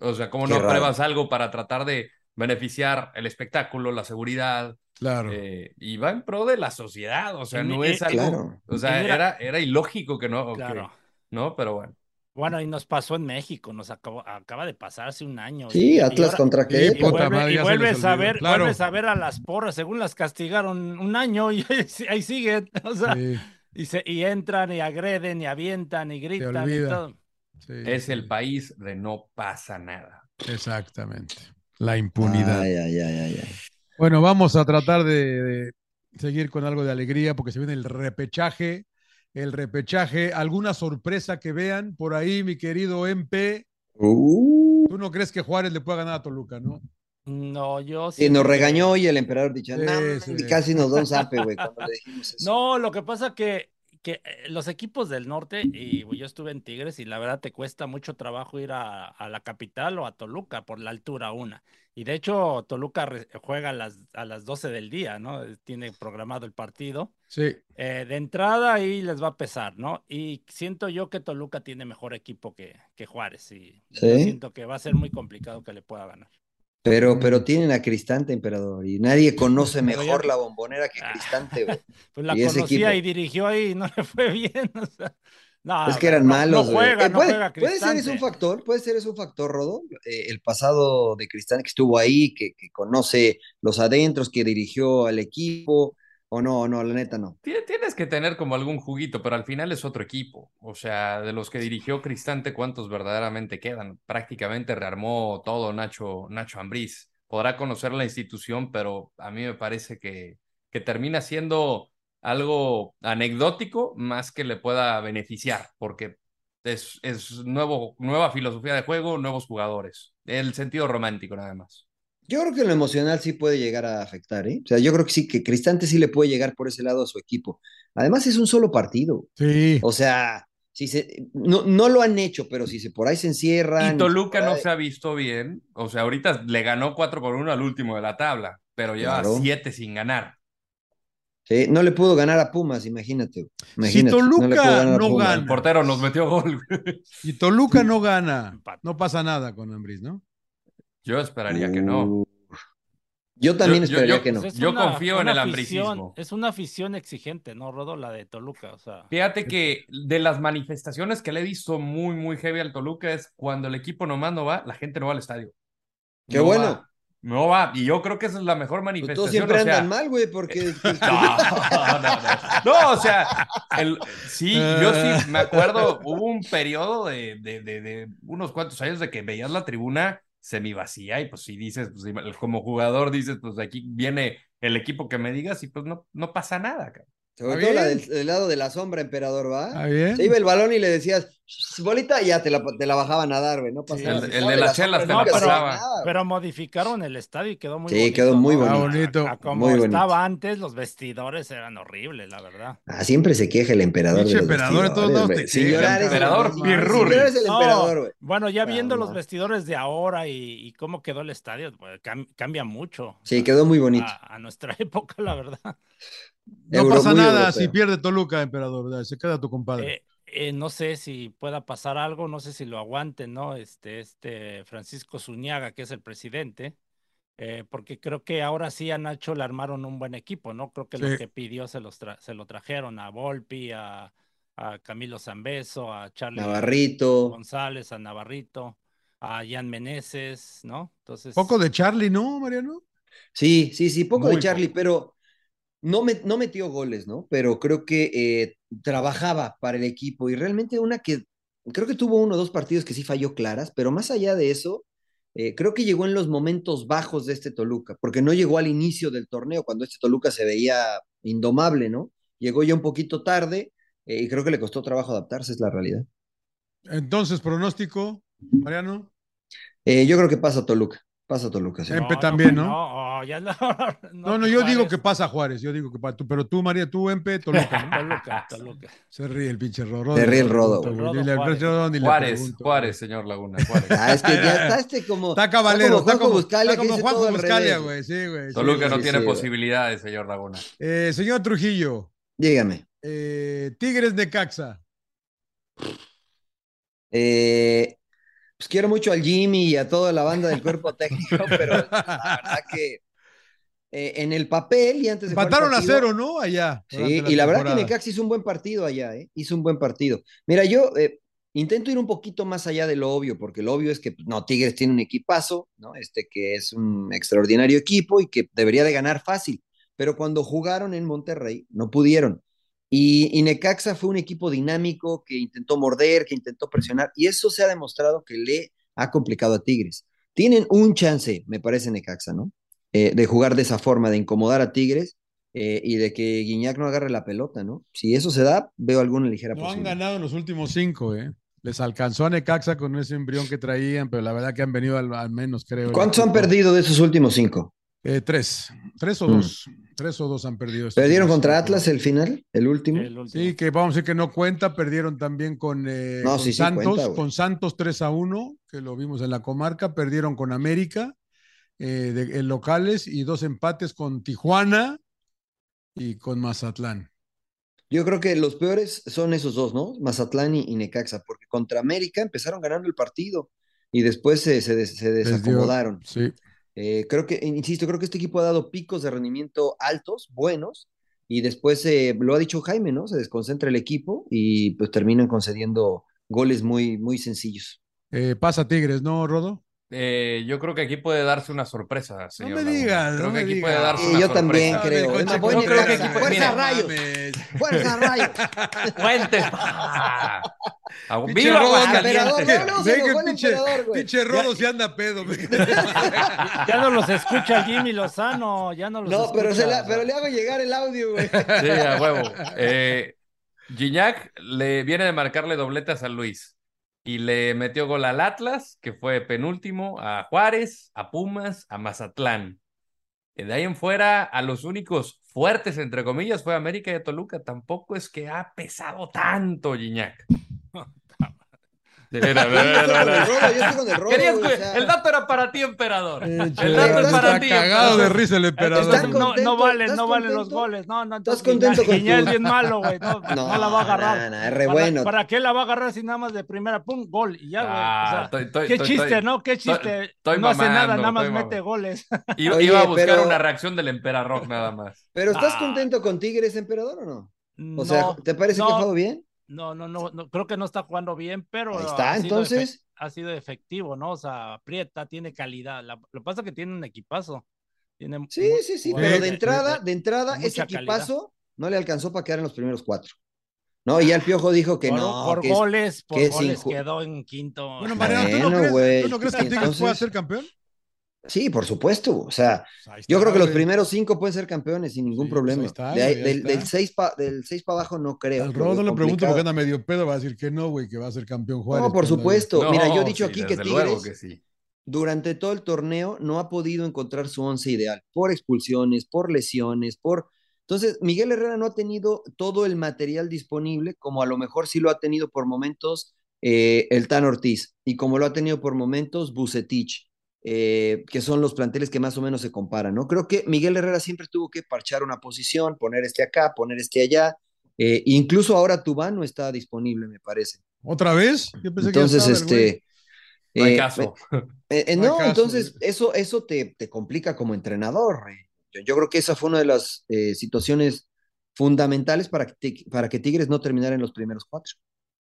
O sea, ¿cómo
qué
no
raro.
apruebas algo para tratar de beneficiar el espectáculo, la seguridad,
Claro.
eh, y va en pro de la sociedad, o sea,
En-
Ah, no
eh,
es algo,
claro.
o sea,
Y mira-
era, era ilógico que no, que-
Claro.
no, pero bueno.
Bueno, y nos pasó en México, nos acabó- acaba de pasar hace un año. y-
Sí,
y
Atlas
ahora-
contra
Sí,
Y,
Querétaro.
Puta
vuelve-
madre,
y
ya se les
vuelves a
olvidó.
ver,
Claro.
vuelves a ver a las porras, según las castigaron un año y ahí, sí- ahí siguen, <laughs> o sea,
Sí,
y, se, y entran y agreden y avientan y gritan y
olvida.
todo.
sí,
Es
sí,
el país de no pasa nada.
Exactamente. La impunidad.
Ay, ay, ay, ay, ay.
Bueno, vamos a tratar de, de seguir con algo de alegría porque se viene el repechaje. El repechaje, alguna sorpresa que vean por ahí, mi querido MP.
Uh,
Tú no crees que Juárez le pueda ganar a Toluca, ¿no?
No, yo
y
siento
nos
que-
regañó hoy el emperador dichando,
Sí, sí.
casi nos da un zape, güey, cuando le dijimos eso.
No, lo que pasa que, que eh, los equipos del norte, y yo estuve en Tigres y la verdad te cuesta mucho trabajo ir a, a la capital o a Toluca por la altura una. Y de hecho Toluca re- juega a las, a las 12 del día, ¿no? Eh, Tiene programado el partido.
Sí,
Eh, de entrada ahí les va a pesar, ¿no? Y siento yo que Toluca tiene mejor equipo que, que Juárez y yo
Sí.
siento que va a ser muy complicado que le pueda ganar.
Pero, pero tienen a Cristante, emperador, y nadie conoce
Pero ya-
mejor la bombonera que
Ah,
Cristante, güey.
Pues la
Y ese
conocía
equipo.
y dirigió ahí y no le fue <laughs> bien. o sea, no,
Es que eran
ah, no-
malos,
No
güey.
juega,
Eh,
no
puede,
juega
puede ser es un
Cristante.
factor, puede ser es un factor, Rodo. Eh, el pasado de Cristante que estuvo ahí, que, que conoce los adentros, que dirigió al equipo, o no, no, la neta no.
Tie- Tienes que tener como algún juguito, pero al final es otro equipo. O sea, de los que dirigió Cristante, ¿cuántos verdaderamente quedan? Prácticamente rearmó todo Nacho, Nacho Ambriz. Podrá conocer la institución, pero a mí me parece que, que termina siendo algo anecdótico más que le pueda beneficiar, porque es, es nuevo, nueva filosofía de juego, nuevos jugadores. El sentido romántico nada más.
Yo creo que lo emocional sí puede llegar a afectar, ¿eh? O sea, yo creo que sí, que Cristante sí le puede llegar por ese lado a su equipo. Además, es un solo partido.
sí.
O sea, si se, no, no lo han hecho, pero si se por ahí se encierran.
Y Toluca
por
no
ahí-
se ha visto bien. O sea, ahorita le ganó 4 por 1 al último de la tabla, pero lleva
Claro.
7 sin ganar.
Sí, no le pudo ganar a Pumas, imagínate. imagínate le
Toluca
pudo ganar a
no
Pumas.
El portero nos metió gol. <laughs>
Y Toluca no gana.
Empate.
No pasa nada con Ambriz, ¿no?
Yo esperaría que
Uh.
no.
Yo también
Yo- yo-
esperaría
yo-
que no.
Pues es
Yo confío en el ambricismo.
Afición, es una afición exigente, ¿no, Rodo? La de Toluca, o sea.
Fíjate que de las manifestaciones que le he visto muy, muy heavy al Toluca es cuando el equipo nomás no va, la gente no va al estadio.
Qué
No
bueno.
va, no va. Y yo creo que esa es la mejor
Pues
manifestación.
todos siempre
o sea,
andan mal, güey, porque
<laughs>
pues,
No, no, no, no. No, o sea, el- sí, yo sí me acuerdo, hubo un periodo de, de, de- de unos cuantos años de que veías la tribuna semivacía y pues si dices, pues, si- como jugador dices, pues aquí viene el equipo que me digas y pues no, no pasa nada. cabrón.
sobre
Está
todo la
bien.
del, del lado de la sombra, emperador,
¿Está
¿va?
bien?
Se iba el balón y le decías, "Shh, bolita, y ya te la, te la bajaban a dar, güey, no pasaba.
Sí, el-
nada.
el de las
sombra
chelas
te la
nunca hacía
pasaba.
nada, güey.
Pero modificaron el estadio y quedó muy
Sí,
bonito.
quedó muy
¿no?
Ah,
bonito.
bonito.
A como
Muy bonito.
estaba antes, los vestidores eran horribles, la verdad.
Ah, siempre se queja el emperador.
Pinche
de los
emperador, en todos
vestidores,
lados
güey.
te
Sin
queja,
llorar es el
emperador,
emperador, sin
pirurri.
llorar es el
No,
emperador, güey.
Bueno, ya
Claro,
viendo los
no.
vestidores de ahora y, y cómo quedó el estadio, pues, cam- cambia mucho.
Sí, quedó muy bonito.
A, a nuestra <laughs> época, la verdad.
No
Euro-
pasa
muy
nada
europeo.
si pierde Toluca, emperador. ¿verdad? Se queda tu compadre.
Eh, eh, no sé si pueda pasar algo, no sé si lo aguanten, ¿no? Este, este Francisco Zuñaga, que es el presidente, eh, porque creo que ahora sí a Nacho le armaron un buen equipo, ¿no? Creo que
Sí.
lo que pidió se, los tra- se lo trajeron a Volpi, a, a Camilo Zambeso, a Charlie
Navarrito.
González, a Navarrito, a Jan Meneses, ¿no? Entonces,
Poco de Charlie, ¿no, Mariano?
Sí, sí, sí, poco
Muy
de Charlie, pero no, met- no metió goles, ¿no? Pero creo que eh, trabajaba para el equipo y realmente una que, creo que tuvo uno o dos partidos que sí falló claras, pero más allá de eso, eh, creo que llegó en los momentos bajos de este Toluca, porque no llegó al inicio del torneo, cuando este Toluca se veía indomable, ¿no? Llegó ya un poquito tarde eh, y creo que le costó trabajo adaptarse, es la realidad.
Entonces, pronóstico, Mariano.
Eh, yo creo que pasa Toluca, pasa Toluca, sí.
<laughs>
Em- Empe también, ¿no?
No, oh, ya no, <laughs>
No, no, yo digo
Juárez,
que pasa Juárez, yo digo que pasa tú, pero tú, María, tú, Empe,
<laughs>
Toluca. ¿no?
Toluca, Toluca.
Se ríe el pinche Rodo.
Se ríe el Rodo,
Ni
güey.
le-
Rodo Juárez.
yo ni le
Juárez,
pregunto,
Juárez, señor Laguna,
<laughs>
Juárez.
Ah, es que ya está este como...
Está cabalero,
como
está
Juanjo
como,
Buscalia,
está
que
como
dice
Juanjo
todo al
Buscalia,
revés.
güey, sí, güey. sí,
Toluca
sí,
no
sí.
tiene
sí, güey.
posibilidades, señor Laguna.
Eh, señor Trujillo,
Dígame. <laughs>
eh, Tigres Necaxa.
Eh, pues quiero mucho al Jimmy y a toda la banda del cuerpo
<laughs>
técnico, pero la verdad que eh, en el papel y antes de jugar el
Empataron a
partido-
cero, ¿no? Allá.
Sí,
durante
y la verdad que
temporada.
Necaxa hizo un buen partido allá, ¿eh? Hizo un buen partido. Mira, yo eh, intento ir un poquito más allá de lo obvio, porque lo obvio es que, pues, no, Tigres tiene un equipazo, ¿no? Este que es un extraordinario equipo y que debería de ganar fácil, pero cuando jugaron en Monterrey no pudieron. Y, y Necaxa fue un equipo dinámico que intentó morder, que intentó presionar, y eso se ha demostrado que le ha complicado a Tigres. Tienen un chance, me parece Necaxa, ¿no? Eh, de jugar de esa forma, de incomodar a Tigres eh, y de que Guiñac no agarre la pelota, ¿no? Si eso se da, veo alguna ligera
No han
posibilidad.
ganado en los últimos cinco, ¿eh? Les alcanzó a Necaxa con ese embrión que traían, pero la verdad que han venido al, al menos, creo.
¿Cuántos han perdido de esos últimos cinco?
Eh, tres. Tres o
Mm.
dos. Tres o dos han perdido. estos
¿Perdieron
últimos
contra
cinco.
Atlas el final, el último?
El último.
Sí, que vamos a decir que no cuenta, perdieron también con, eh,
No,
con
sí, sí
Santos,
cuenta, güey.
con Santos 3 a 1, que lo vimos en la comarca, perdieron con América eh, de- en locales y dos empates con Tijuana y con Mazatlán.
Yo creo que los peores son esos dos, ¿no? Mazatlán y, y Necaxa, porque contra América empezaron ganando el partido y después se, se des- se
dio-
desacomodaron.
Sí,
Eh, creo que, insisto, creo que este equipo ha dado picos de rendimiento altos, buenos, y después eh, lo ha dicho Jaime, ¿no? Se desconcentra el equipo y pues terminan concediendo goles muy, muy sencillos.
Eh, pasa Tigres, ¿no, Rodo?
Eh, yo creo que aquí puede darse una sorpresa, señor.
me
Laguna.
digas,
Creo
no
que
me
aquí
digas.
puede darse
Sí,
una
yo
sorpresa.
también creo.
Con
Es más,
Chico
voy
no creo que
Necaxa.
equipo-
Fuerza
mira,
Rayos,
mames.
<laughs>
¡Fuerza Rayos!
¡Fuentes! <laughs> ¡Ah! ¡Agu-
Pinche
¡Viva
Rodo,
Aguascalientes!
Emperador,
caliente.
no, no,
Ve
se
que
enojó el
pinche-
emperador, güey.
Pinche Rodo se anda pedo.
<laughs>
Ya no los escucha Jimmy Lozano, ya no los
No, pero, se
escucha.
la- pero le hago llegar el
<laughs>
audio, güey.
Sí, a huevo. Eh, Gignac le viene de marcarle doblete a San Luis y le metió gol al Atlas, que fue penúltimo, a Juárez, a Pumas, a Mazatlán. Y de ahí en fuera, a los únicos fuertes, entre comillas, fue América y a Toluca. Tampoco es que ha pesado tanto Gignac. Mira,
Yo
mira,
estoy
mira,
con el
mira.
rodo, yo estoy con el rodo,
Querías,
güey,
güey,
o sea,
el dato era para ti, emperador.
El
dato es para ti,
Cagado de
emperador.
risa el
Entonces,
emperador.
¿Estás
no, no
contento?
valen,
¿Estás
no valen los
contento?
goles. No, no,
¿Estás
entonces
contento
Guiñac-
con
Guiñac
tu-
es bien malo, güey. No, no,
No,
la va a agarrar.
no, no, es re
¿Para-
bueno.
¿Para qué la va a agarrar si nada más de primera, pum, gol y ya, güey?
Ah,
O sea,
estoy- estoy-
Qué
estoy-
chiste,
estoy-
¿no? Qué chiste.
estoy
no hace nada,
mamando,
nada más
estoy
mete
mamando.
<laughs>
goles.
Iba,
Oye,
iba a buscar
pero-
una reacción del emperador nada más.
Pero ¿estás
Ah.
contento con Tigres, emperador, o no? O
No,
sea, ¿te parece que
no.
ha jugado bien?
no, no, no, no, creo que no está jugando bien, pero
Ahí
ha sido
está,
efe-
entonces.
ha sido efectivo, ¿no? O sea, aprieta, tiene calidad. La- lo que pasa es que tiene un equipazo. Tiene
Sí,
mu-
sí, sí,
jugadores
pero de
Sí.
entrada, de entrada,
con
ese
mucha calidad.
equipazo no le alcanzó para quedar en los primeros cuatro. No, y ya el Piojo dijo que
por,
no,
por
que es-
goles, por
que es
goles
inju-
quedó en quinto.
Bueno,
Mariano,
Mariano, ¿tú no
Bueno,
crees-
güey,
¿tú no crees que Tigres
entonces-
pueda ser campeón?
sí, por supuesto. O sea,
Pues ahí
yo
está,
creo que los
güey.
primeros cinco pueden ser campeones sin ningún
Sí, pues
problema.
ahí está,
De ahí-
güey, ahí
del,
está.
del seis pa- del seis para abajo no creo.
Al
lo veo
Rodo le pregunto
complicado.
porque anda medio pedo, va a decir que no, güey, que va a ser campeón Juárez.
No, por
pero
supuesto. Mira, yo he
No,
dicho
sí,
aquí que
desde luego
Tigres
que sí.
durante todo el torneo no ha podido encontrar su once ideal por expulsiones, por lesiones, por... Entonces, Miguel Herrera no ha tenido todo el material disponible como a lo mejor sí lo ha tenido por momentos eh, el Tan Ortiz y como lo ha tenido por momentos Bucetich, eh, que son los planteles que más o menos se comparan, ¿no? Creo que Miguel Herrera siempre tuvo que parchar una posición, poner este acá, poner este allá. eh, incluso ahora Tubán no está disponible, me parece.
¿Otra vez? Yo pensé que ya
Entonces,
estaba el güey.
este...
No hay
eh,
caso.
eh, eh,
No hay
no,
caso,
entonces eso, eso te, te complica como entrenador. eh. Yo, yo creo que esa fue una de las eh, situaciones fundamentales para que, Tig- para que Tigres no terminara en los primeros cuatro.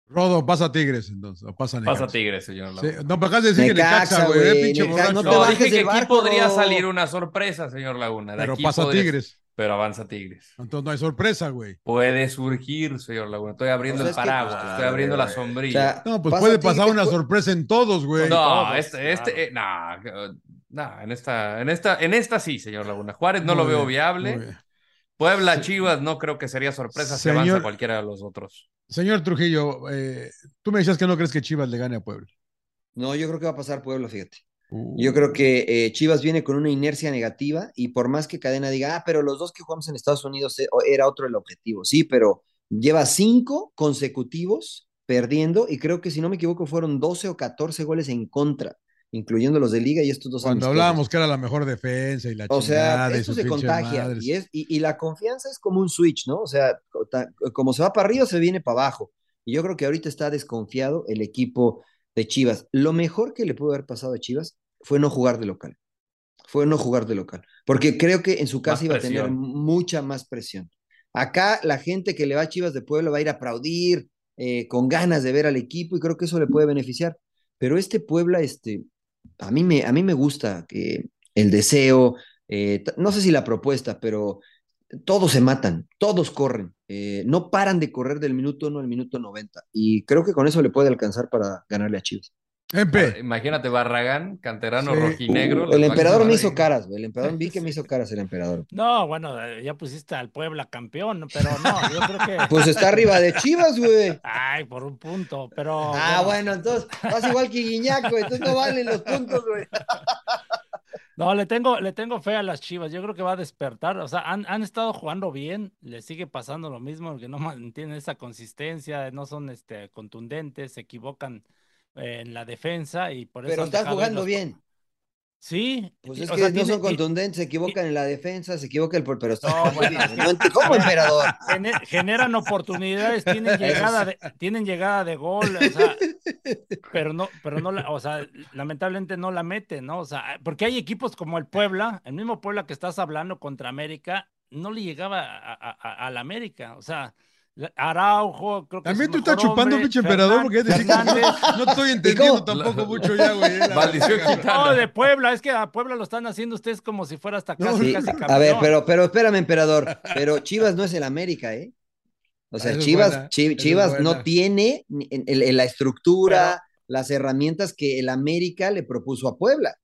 Rodo, pasa Tigres entonces, o pasa Necaxa.
Pasa Tigres, señor.
Sí,
Laguna.
no, pero acabas de decir
Necaxa,
que Necaxa, güey,
güey,
eh, pinche
Necaxa,
borracho.
no te
No,
bajes
dije que
del
aquí
barco,
podría
Rodo.
salir una sorpresa, señor Laguna. De
pero
aquí
pasa
podría-
Tigres.
Pero avanza Tigres.
Entonces no hay sorpresa, güey.
Puede surgir, señor Laguna. Estoy abriendo
O sea,
el
es que-
paraguas,
pues, claro,
estoy abriendo la
güey. O
sombrilla.
sea,
No, pues
pasa
puede
Tigres,
pasar una
pu-
sorpresa en todos, güey.
no,
todos,
este,
claro.
este, eh, nah, eh, nah, en esta, en esta, en esta sí, señor Laguna. Juárez no
Muy
lo veo
bien,
viable.
muy bien.
Puebla, Chivas, no creo que sería sorpresa si
Señor-
avanza cualquiera de los otros.
Señor Trujillo, eh, tú me decías que no crees que Chivas le gane a Puebla.
No, yo creo que va a pasar Puebla, fíjate.
Uh.
Yo creo que eh, Chivas viene con una inercia negativa y por más que Cadena diga, ah, pero los dos que jugamos en Estados Unidos eh, o- era otro el objetivo. Sí, pero lleva cinco consecutivos perdiendo y creo que si no me equivoco fueron 12 o 14 goles en contra, incluyendo los de Liga y estos dos
Cuando
amistosos.
hablábamos que era la mejor defensa y la
O sea,
chingada y
esto
su
se
pinche
contagia
madre.
y, es, y, y la confianza es como un switch, ¿no? O sea, co- ta- como se va para arriba, se viene para abajo. Y yo creo que ahorita está desconfiado el equipo de Chivas. Lo mejor que le pudo haber pasado a Chivas fue no jugar de local. Fue no jugar de local. Porque creo que en su casa
Más
iba a
presión.
tener mucha más presión. Acá la gente que le va a Chivas de Puebla va a ir a aplaudir eh, con ganas de ver al equipo y creo que eso le puede beneficiar. Pero este Puebla, este, a mí me, a mí me gusta que el deseo, eh, t- no sé si la propuesta, pero todos se matan, todos corren, eh, no paran de correr del minuto 1 al minuto 90 y creo que con eso le puede alcanzar para ganarle a Chivas.
Empe,
Ah, Imagínate Barragán, canterano
Sí.
rojinegro.
Uh,
les
el
va a
emperador me
quemar
hizo
ahí.
caras, güey, el emperador vi que me hizo caras el emperador.
No, bueno, eh, ya pusiste al Puebla campeón, ¿no? pero no, yo creo que.
<laughs> Pues está arriba de Chivas, güey.
Ay, por un punto, pero.
Ah, bueno, entonces vas igual que Guiñaco, entonces no valen los puntos, güey.
No, le tengo, le tengo fe a las Chivas. Yo creo que va a despertar. O sea, han, han estado jugando bien, le sigue pasando lo mismo, porque no <laughs> mantienen esa consistencia, no son este, contundentes, se equivocan eh, en la defensa y por eso.
Pero
han
están
dejado ir
jugando
los-
bien.
Sí.
Pues
y-
es
o
que
sea,
no
tiene-
son
y-
contundentes, se equivocan en la defensa, se equivoca el por- pero están
No,
jugando
bueno,
bien,
es que-
no ent- ¿Cómo emperador?
gene- generan oportunidades, tienen llegada de, tienen llegada de gol, o sea, pero no, pero no, la- o sea, lamentablemente no la meten, ¿no? O sea, porque hay equipos como el Puebla, el mismo Puebla que estás hablando contra América, no le llegaba a, a- a- al América, o sea, la- Araujo, creo que
también
es
tú
mejor
estás chupando,
hombre,
pinche emperador,
Fernan-
porque ya te dije
Fernández.
que no estoy entendiendo
cómo?
tampoco
La-
mucho ya, güey. eh, La-
Maldición gitana.
No, de Puebla, es que a Puebla lo están haciendo ustedes como si fuera hasta
No,
casi,
Sí,
casi
a ver,
campeón.
pero, pero espérame, emperador. Pero Chivas no es el América, ¿eh? O sea,
Esa es buena,
Chivas, Chi-
esa es
Chivas no
buena.
tiene ni- en- en- en la estructura, las herramientas que el América le propuso a Puebla.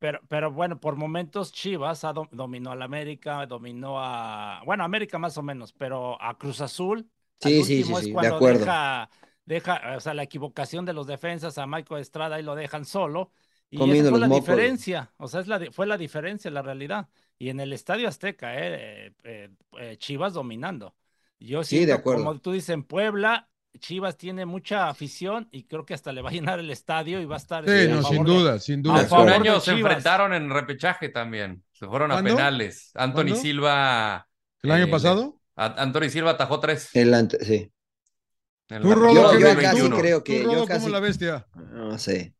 Pero, pero bueno, por momentos Chivas ha dom- dominó al América, dominó a, bueno, América más o menos, pero a Cruz Azul. al
Sí, sí,
último es
sí, sí, de
cuando
acuerdo.
Deja, deja, o sea, la equivocación de los defensas a Michael Estrada y lo dejan solo. Y esa
Comiendo
fue
los
la
mocos, güey.
diferencia, o sea, es la, di- fue la diferencia, la realidad. Y en el Estadio Azteca, eh, eh, eh, Chivas dominando. Yo
Sí, de
siento,
acuerdo.
como tú dices, en Puebla, Chivas tiene mucha afición y creo que hasta le va a llenar el estadio y va a estar
Sí,
este, a
no,
favor
sin
de-
duda, sin
a
duda.
Hace
favor
un
de
año se
Chivas.
enfrentaron en repechaje también. Se fueron a
¿Cuándo?
penales. Anthony
¿Cuándo?
Silva.
¿El año
eh,
pasado?
a- Anthony Silva atajó tres.
El ante- sí.
en
Tú,
la
Rodo,
apertura
Yo, yo
¿qué ves?
2021.
casi creo
¿Tú,
que.
Rodo,
Yo
cómo
casi.
la bestia?
No sé.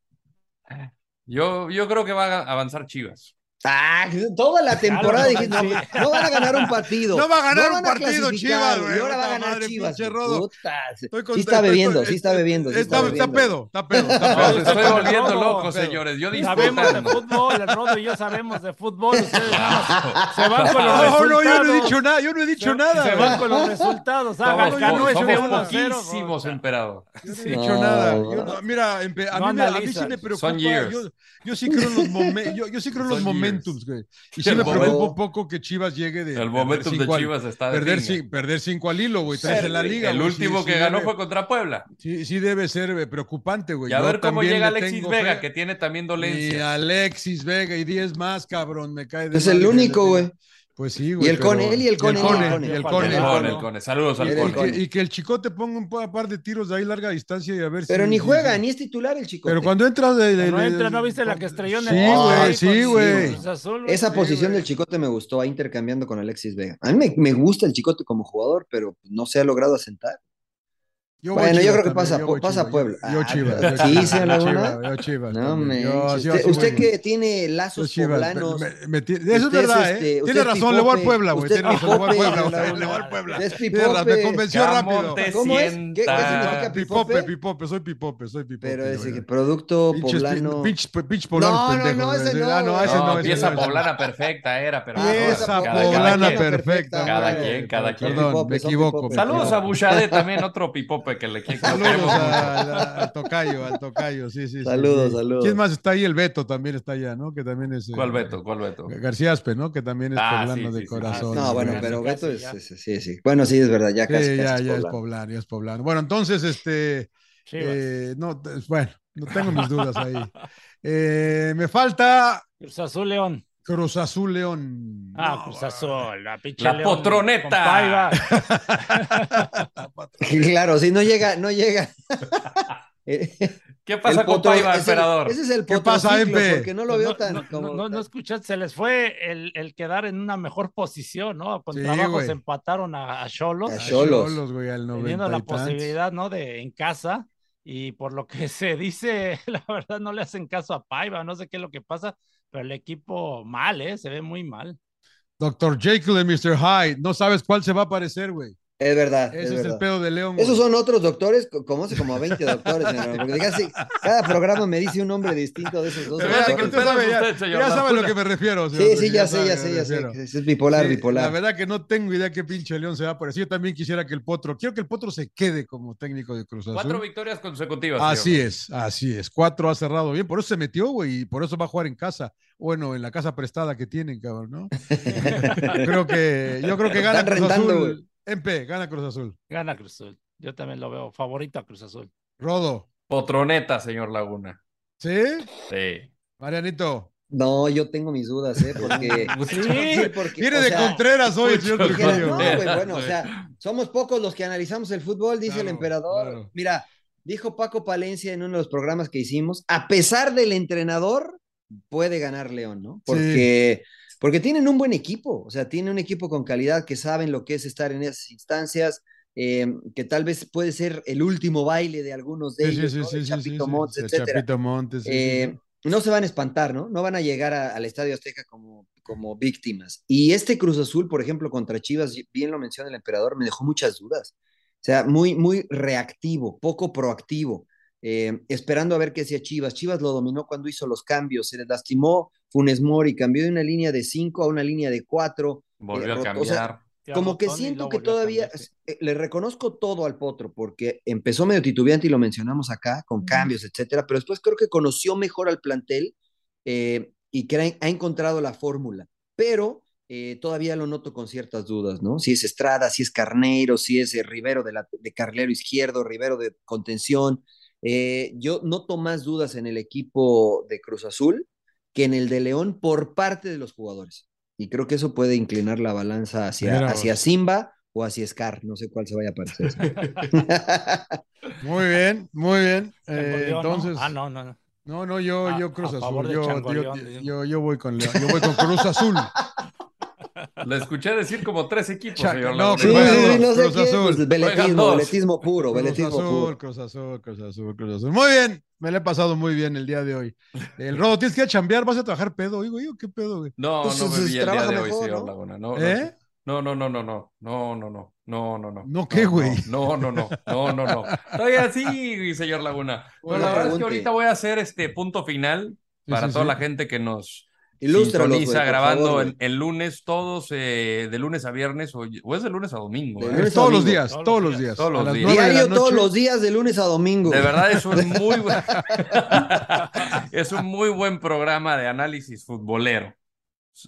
Yo, yo creo que va a avanzar Chivas.
Ah, toda
<laughs>
la temporada
no,
dije, no,
sí.
no van a ganar un partido.
No va a ganar
van
un partido,
clasificar,
Chivas, güey.
Y ahora va a
Puta
ganar
madre,
Chivas.
pinche
güey.
Rodo.
Puta, se-
Estoy con-
Sí está
estoy-
bebiendo,
estoy-
sí está bebiendo. sí
Está,
está
está
bebiendo.
pedo, está pedo, está
No,
pedo.
se
está
estoy
pedo.
volviendo
Rodo,
loco,
pedo.
señores. Yo
Sabemos de
disfrutan.
fútbol, el Rodo y yo sabemos de fútbol.
<laughs>
Ustedes nada más se van con los
No,
resultados.
no, yo no he dicho nada, yo no he
Se-
dicho nada.
Se
güey.
van con los resultados. Ah,
Somos,
ganó
po-
este
somos
1 a 0,
poquísimos,
Rodo.
emperador.
Yo no he
Sí.
dicho
No,
nada.
no.
Yo no- mira, empe- a,
No
mí me, a mí sí
analizas.
me preocupa.
Son years.
Yo, yo sí creo en los, momen- yo, yo sí creo en los
Son years.
momentos, güey. Y sí
El
me
momento-
preocupa un poco que Chivas llegue de.
El
perder
momento de
cinco al-
Chivas está de
Perder,
pinga.
cin- perder cinco al hilo, güey. Tres en la liga.
El
güey.
último
Sí,
que
sí
ganó
debe-
fue contra Puebla.
Sí, sí debe ser eh, preocupante, güey.
Y a
Yo
ver cómo
también
llega
le
Alexis
tengo
Vega,
fe.
que tiene también
Y
dolencias.
Alexis Vega y 10 más, cabrón, me cae de
Es el
madre que le
único,
tenga.
güey.
Pues sí, güey.
Y el
pero-
Cone, él y el Cone,
Y el Cone,
él
y el
Cone.
El
Cone.
Cone, el Cone. Saludos
Y
al
el
Y
Cone.
que, y que el chicote ponga un pa- par de tiros de ahí larga distancia y a ver si.
Pero ni juega,
sí.
ni es titular el chico.
Pero cuando entra de, de-
No
de-
entra, ¿no viste la que estrelló en el
Sí, güey, sí,
con-
güey.
Cruz Azul, güey?
Esa
Sí,
posición
güey.
del Chicote me gustó, ahí intercambiando con Alexis Vega. A mí me, me gusta el Chicote como jugador, pero no se ha logrado asentar.
Yo voy
Bueno, yo
Chivas
creo que
también,
pasa
yo
Pu-
voy
pasa
Chivas,
Puebla.
Yo, yo
Ah,
Chivas.
pero-
yo
sí,
Chivas,
sí,
yo
Laguna.
Chivas, yo Chivas
No,
también.
me.
Yo- sí,
usted
sí,
usted
voy,
que tiene
yo
lazos
Chivas,
poblanos.
me- me ti- Eso es
Usted es,
verdad,
este,
¿eh?
usted
Tiene
es
razón, le voy al
pipope,
Puebla, güey.
usted es
Tiene razón, le voy al
pipope,
Puebla, güey.
Laguna.
Le voy al Puebla.
Es
Tiene razón, Me
pipope.
convenció rápido.
Camote.
¿Cómo es? ¿Qué, qué
Sienta.
significa
Pipope,
pipope?
pipope, soy pipope, soy pipope.
Pero ese
güey.
que producto
Pinches pi-
poblano.
pinches pe- pinche poblano,
No, no,
pendejo,
no,
güey.
ese no,
Ah, no,
güey.
ese no,
No,
ese
pieza
no, ese no.
poblana perfecta era, pero
Ah,
bueno,
esa
cada- cada
poblana
quien.
perfecta.
Cada
güey.
quien, cada quien.
Perdón,
Pipope,
me
son
equivoco.
pipope.
me
Saludos
equivoco.
a Bushade, también otro pipope que le que lo
Saludos
queremos mucho.
a- a- al tocayo, al tocayo, sí, sí. sí,
Saludos,
sí.
saludos.
¿Quién más está ahí? El Beto también está allá, ¿no? Que también es. eh,
¿Cuál Beto? ¿Cuál Beto?
García Aspe, ¿no? Que también es
Ah,
poblano
sí, sí,
de
sí.
corazón.
No, bueno,
güey.
pero
Casi,
Beto es,
ya.
es- sí, sí. Bueno, sí, es verdad, ya
Sí,
casi. casi
ya,
es
ya es
poblano.
poblano, ya es poblano. Bueno, entonces, este,
Chivas.
eh, no, t- bueno, no tengo mis dudas ahí.
<laughs>
Eh, me falta
Cruz Azul León.
Cruz Azul León.
Ah,
No,
Cruz Azul, la pinche
La
León
potroneta.
con Paiva.
<laughs> Claro, sí, no llega, no llega. Eh, El
¿Qué pasa con
potro-
Paiva,
ese-
emperador?
Ese es el
¿Qué pasa,
potrociclo,
Empe?
Porque <laughs> no lo
Pues
veo
no-
tan
no, no-
como.
no- no escuchaste, se les fue el, el quedar en una mejor posición, ¿no? Con
Sí,
trabajo
güey.
se empataron a, a Cholos,
A
a
Xolos.
Xolos, güey, al
teniendo
90
la
y tantos.
posibilidad, ¿no? De en casa. y por lo que <laughs> se dice, la verdad no le hacen caso a Paiva, no sé qué es lo que pasa, pero el equipo mal, ¿eh? Se ve muy mal.
Doctor Jekyll y Mr. Hyde, no sabes cuál se va a aparecer, güey.
Ah, Es verdad.
Ese es,
verdad.
el pedo de León. güey.
Esos son otros doctores, co- conoce como a 20 doctores, señor. Porque casi cada programa me dice un nombre distinto de esos dos.
Pero vea que
doctores.
usted sabe,
ya,
usted, señor
ya sabe a lo
Laguna.
que me refiero. señor
Sí, sí,
Laguna,
ya sé,
sabe
ya
a lo que
sé,
me
ya sé.
refiero.
que Es bipolar,
Sí, La
bipolar.
verdad que no tengo idea qué pinche León se va a aparecer. Yo también quisiera que el Potro, quiero que el Potro se quede como técnico de Cruz Azul.
Cuatro victorias consecutivas.
Así
señor.
es, así es. Cuatro ha cerrado bien, por eso se metió, güey, y por eso va a jugar en casa. Bueno, en la casa prestada que tienen, cabrón, ¿no? creo que, yo creo que gana
Están
Cruz
rentando,
Azul.
güey.
MP, gana Cruz Azul.
Gana Cruz Azul. Yo también lo veo favorito a Cruz Azul.
Rodo,
Potroneta, señor Laguna.
¿sí?
Sí.
Marianito.
<laughs> No, yo tengo mis dudas, ¿eh? Porque. <laughs> Sí, porque,
Viene
o
de
sea,
Contreras hoy, el <laughs> señor
dijeras,
Trujillo.
no, güey, bueno, o sea, somos pocos los que analizamos el fútbol, dice el
Claro,
emperador.
claro.
Mira, dijo Paco Palencia en uno de los programas que hicimos, a pesar del entrenador, puede ganar León, ¿no? Porque, porque tienen un buen equipo, o sea, tiene un equipo con calidad que saben lo que es estar en esas instancias, eh, que tal vez puede ser el último baile de algunos de
Sí, sí,
ellos,
sí,
¿no?
sí,
De
sí,
Chapito
sí,
Montes,
sí,
etcétera.
Chapito Montes, sí, sí,
Eh,
sí.
no se van a espantar, ¿no? No van a llegar a- al Estadio Azteca como, como víctimas. Y este Cruz Azul, por ejemplo, contra Chivas, bien lo menciona el emperador, me dejó muchas dudas. O sea, muy, muy reactivo, poco proactivo, eh, esperando a ver qué hacía Chivas. Chivas lo dominó cuando hizo los cambios, se les lastimó Funes Mori, cambió de una línea de cinco a una línea de cuatro.
Volvió
Eh,
a
o sea,
cambiar.
Thiago
Como que
Tony
siento
luego
que
volvió a
todavía
cambiarse.
eh, le reconozco todo al Potro, porque empezó medio titubeante y lo mencionamos acá, con cambios, etcétera, pero después creo que conoció mejor al plantel eh, y que ha- ha encontrado la fórmula, pero eh, todavía lo noto con ciertas dudas, ¿no? Si es Estrada, si es Carneiro, si es eh, Rivero de, la- de Carlero izquierdo, Rivero de contención. Eh, yo noto más dudas en el equipo de Cruz Azul que en el de León por parte de los jugadores. Y creo que eso puede inclinar la balanza hacia,
Mira vos.
hacia Simba o hacia Scar. No sé cuál se vaya a
<laughs>
parecer.
Muy bien, muy bien.
Changoleón,
Eh,
¿no?
entonces.
Ah, no, no, no.
No, no, yo,
A-
yo Cruz
a
Azul.
favor de
Yo, yo,
Changoleón, digo.
yo, yo voy con León, yo voy con Cruz Azul.
Le escuché decir como tres equipos,
Chaca,
señor
no,
Laguna.
Sí, sí, sí, no sé
Cruz
qué,
Azul.
pues, veletismo,
dos.
veletismo puro,
Cruz
veletismo
Azul,
puro.
Cruz Azul, Cruz Azul, Cruz Azul. Muy bien, me la he pasado muy bien el día de hoy. El Rodo, tienes que ir a chambear, vas a trabajar pedo, digo yo, qué pedo, güey.
No, no
Entonces,
me vi el día
trabaja
de hoy,
pues mejor,
señor
¿no?
Laguna. No, no,
¿Eh?
No, no, no, no, no, no, no, no, no, no, no.
¿No qué, güey?
No, no, no, no, no,
<laughs>
no. Todavía así, señor Laguna. No,
Bueno,
la verdad es que
pregunte.
ahorita voy a hacer este punto final
Sí,
para
sí,
toda
sí.
la gente que nos
Ilústralos, güey,
sintoniza
por
grabando
favor,
el,
güey.
el lunes, todos eh, de lunes a viernes o, o es de lunes a domingo.
De
¿eh?
Es
lunes a
todos los
domingo.
días, todos los días.
Todos los
a las
días.
nueve de la
Diario todos
noche.
los días, de lunes a domingo.
De verdad es un muy
<laughs>
buen, <laughs> es un muy buen programa de análisis futbolero.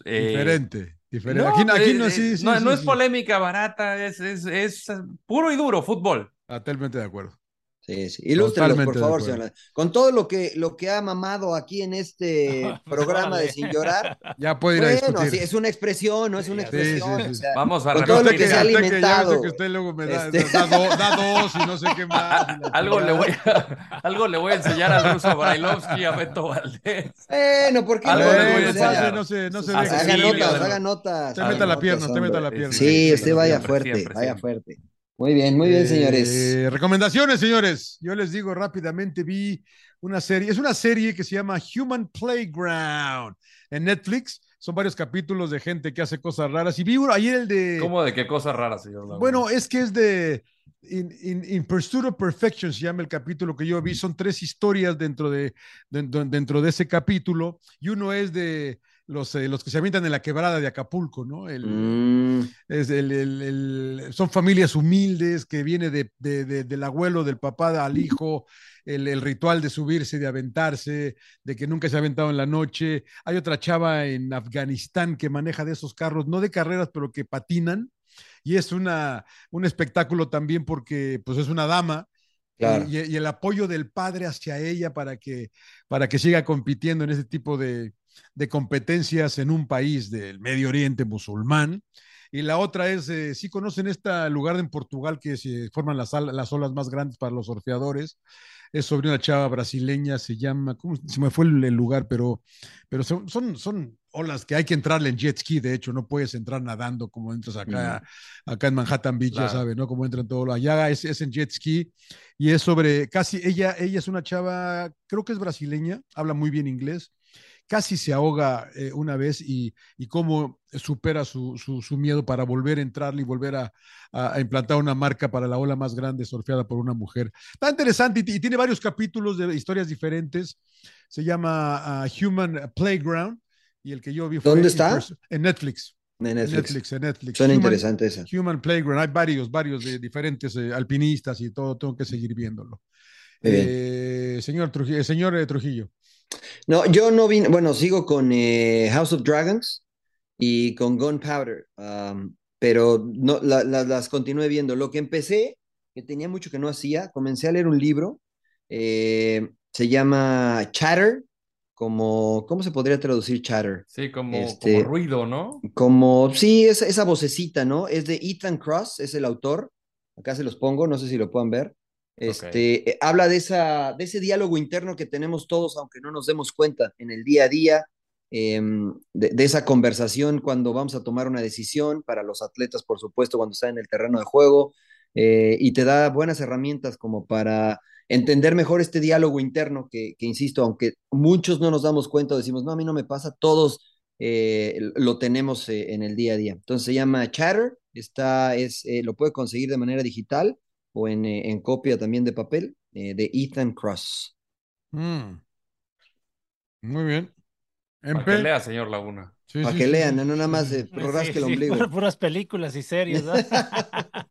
Eh,
Diferente, diferente.
no,
aquí, aquí no,
eh,
sí,
eh,
sí,
no-
sí,
no es
sí.
polémica barata, es, es, es puro y duro fútbol.
Totalmente de acuerdo.
Sí, sí. Ilústrelos, por
Totalmente de
favor,
acuerdo.
señora. Con todo lo que, lo que ha mamado aquí en <laughs> este programa de
Órale.
Sin Llorar.
<laughs> Ya puedo ir a
Bueno,
discutir.
sí, es una expresión, no es una
Sí,
expresión.
sí, sí.
o sea,
Vamos a
Con todo lo
repetir
que se ha
esto.
Ya sé Pues que- ya sé que
alimentado,
usted luego me da,
Este-
da do- da dos y no sé
<laughs>
qué más.
Algo le, voy a, <laughs> algo le voy a enseñar al ruso Brailovsky y a Beto Valdés.
Bueno, ¿por qué
Algo
no?
le voy a
Bueno,
O sea,
enseñar.
no se, no se, no
Ah,
se
haga
sí,
deje.
notas,
claro.
haga notas.
Usted
haga
meta la
notas,
pierna, usted
hombre.
meta la
Sí,
pierna.
Sí, usted vaya
Siempre,
fuerte,
siempre,
vaya
siempre.
fuerte. Muy bien, muy bien,
Eh,
señores.
recomendaciones, señores. Yo les digo rápidamente, vi una serie, es una serie que se llama Human Playground en Netflix. Son varios capítulos de gente que hace cosas raras. Y vi uno- ayer el de...
¿Cómo de qué cosa rara, señor Laguna?
Bueno, es que es de In, In- In Pursuit of Perfection, se llama el capítulo que yo vi. Son tres historias dentro de, dentro, dentro de ese capítulo. Y uno es de los, eh, los que se avientan en la quebrada de Acapulco, ¿no? El,
Mm,
es el- el- el- son familias humildes que viene de, de- de- del abuelo, del papá al hijo, el, el ritual de subirse, de aventarse, de que nunca se ha aventado en la noche. Hay otra chava en Afganistán que maneja de esos carros, no de carreras, pero que patinan. Y es una, un espectáculo también porque pues, es una dama
claro.
y, y el apoyo del padre hacia ella para que, para que siga compitiendo en ese tipo de, de competencias en un país del Medio Oriente musulmán. Y la otra es, eh, si ¿sí conocen este lugar en Portugal que se forman las, las olas más grandes para los surfeadores. Es sobre una chava brasileña, se llama, ¿cómo se me fue el, el lugar? Pero, pero son, son, son olas que hay que entrarle en jet ski, de hecho, no puedes entrar nadando como entras acá, mm. acá en Manhattan Beach, claro. ya sabes, ¿no? Como entran todos los allá, es, es, en jet ski y es sobre casi, ella, ella es una chava, creo que es brasileña, habla muy bien inglés, casi se ahoga eh, una vez y, y cómo supera su, su, su, miedo para volver a entrarle y volver a, a, implantar una marca para la ola más grande surfeada por una mujer. Está interesante y, y tiene varios capítulos de historias diferentes. Se llama uh, Human Playground y el que yo vi fue
¿Dónde está?
En Netflix.
En Netflix. En Netflix,
en Netflix.
Suena Human, interesante esa.
Human Playground, hay varios, varios de diferentes eh, alpinistas y todo, tengo que seguir viéndolo. Eh, señor Trujillo, señor eh, Trujillo.
No, yo no vi, bueno, sigo con eh, House of Dragons y con Gunpowder, um, pero no, la, la, las continué viendo. Lo que empecé, que tenía mucho que no hacía, comencé a leer un libro, eh, se llama Chatter, como, ¿cómo se podría traducir chatter?
Sí, como, este, como ruido, ¿no?
Como, sí, esa, esa vocecita, ¿no? Es de Ethan Cross, es el autor. Acá se los pongo, no sé si lo puedan ver. Este, okay. eh, habla de, esa, de ese diálogo interno que tenemos todos, aunque no nos demos cuenta, en el día a día, eh, de, de, esa conversación cuando vamos a tomar una decisión, para los atletas, por supuesto, cuando están en el terreno de juego, eh, y te da buenas herramientas como para entender mejor este diálogo interno que, que, insisto, aunque muchos no nos damos cuenta, decimos, no, a mí no me pasa, todos eh, lo tenemos eh, en el día a día. Entonces se llama Chatter, está, es, eh, lo puede conseguir de manera digital o en, eh, en copia también de papel, eh, de Ethan Cross.
Mm. Muy bien.
Para que lea, señor Laguna.
Sí, Para sí, que sí, lean, no, no nada más de el ombligo.
Pur Pues <laughs> puras películas y series. ¿no? <laughs>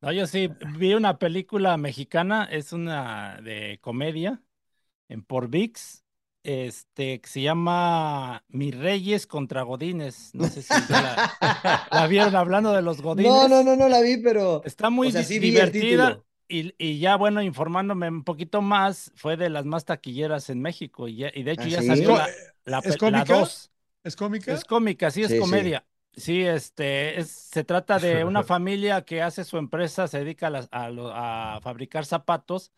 No, yo sí vi una película mexicana, es una de comedia en por VIX, este, que se llama Mis Reyes contra Godines. No sé si la, la, vieron hablando de los Godines.
No, no, no, no la vi, pero
está muy o sea, sí divertida. Y, y, ya bueno, informándome un poquito más, fue de las más taquilleras en México. Y, ya, y de hecho ¿Ah, ya sí? salió la, la,
¿Es cómica? La dos. ¿Es cómica?
Es cómica, sí, es sí, comedia. Sí, este, es, se trata de una familia que hace su empresa, se dedica a, la, a, a fabricar zapatos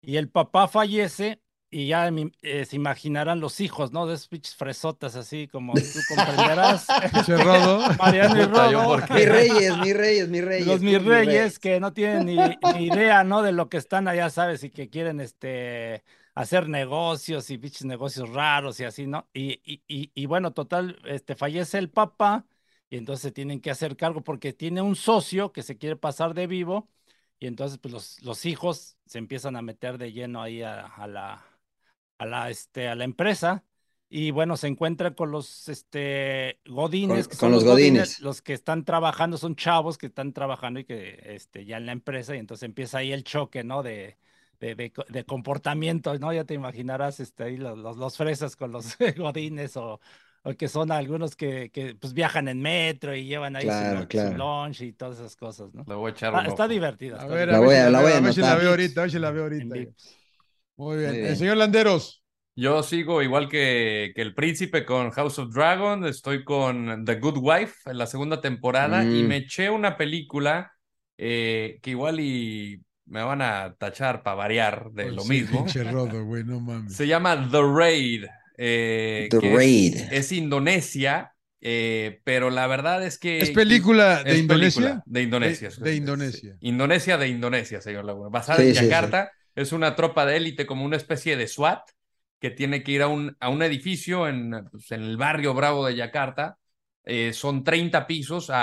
y el papá fallece y ya eh, se imaginarán los hijos, ¿no? De esos fresotas así como tú <laughs> comprenderás. Mariano <laughs> y Rodo.
Mi reyes, mi reyes, mi reyes.
Los mis reyes, reyes, que no tienen ni, ni, idea, ¿no? De lo que están allá, ¿sabes? Y que quieren, este hacer negocios y bichos negocios raros y así, ¿no? Y, y, y, y bueno, total, este, fallece el papá, y entonces tienen que hacer cargo porque tiene un socio que se quiere pasar de vivo y entonces pues, los, los hijos se empiezan a meter de lleno ahí a, a, la, a, la, este, a la empresa y bueno, se encuentran con los este, godines.
Con, que son con los, los godines. godines.
Los que están trabajando son chavos que están trabajando y que este, ya en la empresa y entonces empieza ahí el choque, ¿no? De, de, de, de comportamientos, ¿no? Ya te imaginarás este, ahí los, los, los fresas con los <laughs> godines o, o que son algunos que, que pues viajan en metro y llevan ahí
claro,
su,
claro. su,
lunch y todas esas cosas, ¿no?
La voy a echar. Ah,
está divertida. A,
a ver, la voy a, la voy a, ver si la veo ahorita, a ver si la veo ahorita. Muy bien. <laughs> Muy bien. El señor Landeros.
Yo sigo igual que, que, el príncipe con House of Dragon, estoy con The Good Wife en la segunda temporada mm. y me eché una película eh, que igual y me van a tachar para variar de pues lo sí,
<laughs>
mismo.
Rodo, wey, no mames.
Se llama The Raid. Eh,
The
que
Raid.
Es, es, Indonesia, eh, pero la verdad es que.
¿Es película de
es
Indonesia?
Película de Indonesia.
De, de Indonesia.
Indonesia de Indonesia, señor Laguna. Basada sí, en Yakarta, sí, sí. es una tropa de élite, como una especie de SWAT, que tiene que ir a un, a un edificio en, pues, en el barrio bravo de Yakarta. Eh, son 30 pisos a,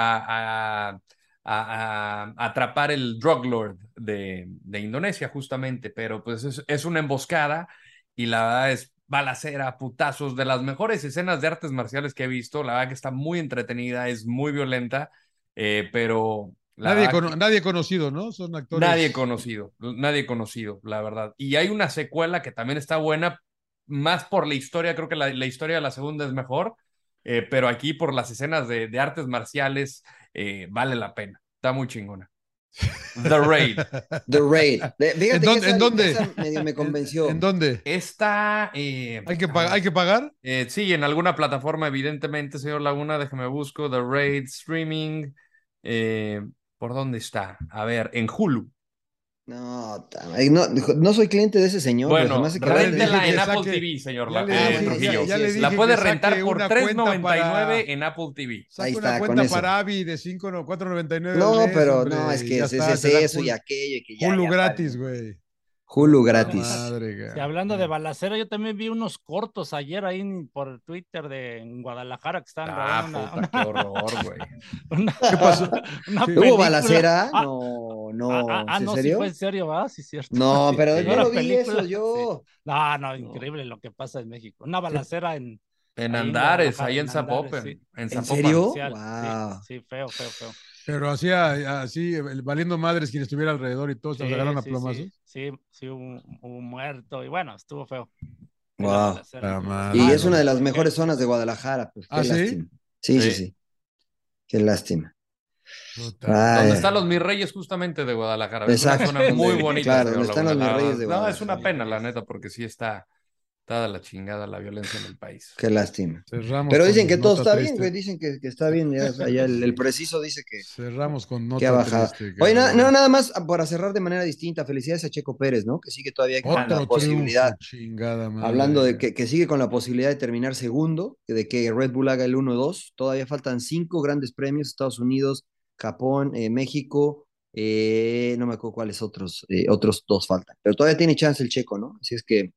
a a, a, atrapar el drug lord de, de Indonesia, justamente, pero pues es, es, una emboscada y la verdad es balacera, putazos, de las mejores escenas de artes marciales que he visto, la verdad que está muy entretenida, es muy violenta, eh, pero... La
nadie,
con, que,
nadie conocido, ¿no? Son actores.
Nadie conocido, nadie conocido, la verdad. Y hay una secuela que también está buena, más por la historia, creo que la, la historia de la segunda es mejor, eh, pero aquí por las escenas de, de artes marciales eh, vale la pena. Está muy chingona. The
<laughs>
Raid.
The Raid. De- Fíjate
¿En
que
dónde-
esa-
<laughs> en dónde?
esa medio me convenció.
¿En dónde?
Esta. eh,
¿Hay que, pa- ¿Hay que pagar?
eh, sí, en alguna plataforma, evidentemente, señor Laguna, déjeme busco. The Raid Streaming. eh, ¿Por dónde está? A ver, en Hulu.
No, ta- ay, no, no soy cliente de ese señor. güey, se
bueno,
me hace que vale-
dije
réntela
<laughs> que
en Apple
saque-
TV, señor
Ya
La-
le
eh,
dije-
Trujillo.
ya- ya le dije
La puede
que saque
rentar por
una cuenta
$3.99
para-
en Apple TV.
Saca
Ahí
una
está, con
cuenta
eso.
para Avi de 5, no, 4.99.
No,
al mes,
pero
hombre,
no, es
y
que
ya
es,
está,
es
te da
eso y
Hulu-
aquello. y que ya-
Hulu
ya
gratis,
vale.
güey.
Hulu gratis.
Madre, güey.
Y hablando de balacera, yo también vi unos cortos ayer ahí en- por Twitter de en Guadalajara que estaban
Ah,
grabando una-
puta, qué horror,
<laughs>
güey.
una,
¿Qué
<laughs>
pasó?
una
Sí.
película.
¿Hubo balacera?
Ah,
No,
ah,
no.
ah, ah,
¿En
no, sí
serio?
fue en serio, ¿verdad? Sí, cierto.
No,
Sí.
pero
Sí.
yo no
Una
lo vi eso,
película,
yo.
No, no,
No.
increíble lo que pasa en México. Una balacera en.
En
Ahí en
Andares,
Guadalajara,
ahí en
en Andares,
Zapopan.
sí.
En
¿En
Zapopan.
serio?
Comercial.
Wow.
Sí, sí, feo, feo, feo.
Pero hacía así, el- valiendo madres quien estuviera alrededor y todos se
Sí,
agarraron a ¿eh?
sí,
plomazos.
Sí, sí, sí, hubo un, hubo un muerto y bueno, estuvo feo. Una
Wow.
balacera.
La madre.
Y
Ah,
es
no.
una de las mejores zonas de Guadalajara. Pues, qué
¿Ah, sí?
lástima. Sí, sí,
Sí.
sí. Qué lástima.
Puta.
Ay.
Donde están los mis reyes justamente de Guadalajara. Es una
Exacto.
zona muy
Sí,
bonita.
claro,
señor
donde están los
Laguna.
mis
La-
reyes de
No, es una
Guadalajara.
pena, la neta, porque sí está dada la chingada la violencia en el país.
Qué lástima.
Cerramos
Pero
con
dicen que todo
nota
está bien,
triste.
güey. Dicen que, que está bien. ya, o sea, ya el, el preciso dice que,
Cerramos con
que ha
nota
bajado.
triste.
Oye, na-
cabrón.
no, nada más ah, para cerrar de manera distinta. Felicidades a Checo Pérez, ¿no? Que sigue todavía con
Otro
la posibilidad.
triunfo, chingada madre.
Hablando de que, que sigue con la posibilidad de terminar segundo, de que Red Bull haga el 1-2, todavía faltan cinco grandes premios, Estados Unidos, Japón, eh, México, eh, no me acuerdo cuáles otros, eh, otros dos faltan, pero todavía tiene chance el checo, ¿no? Así es que,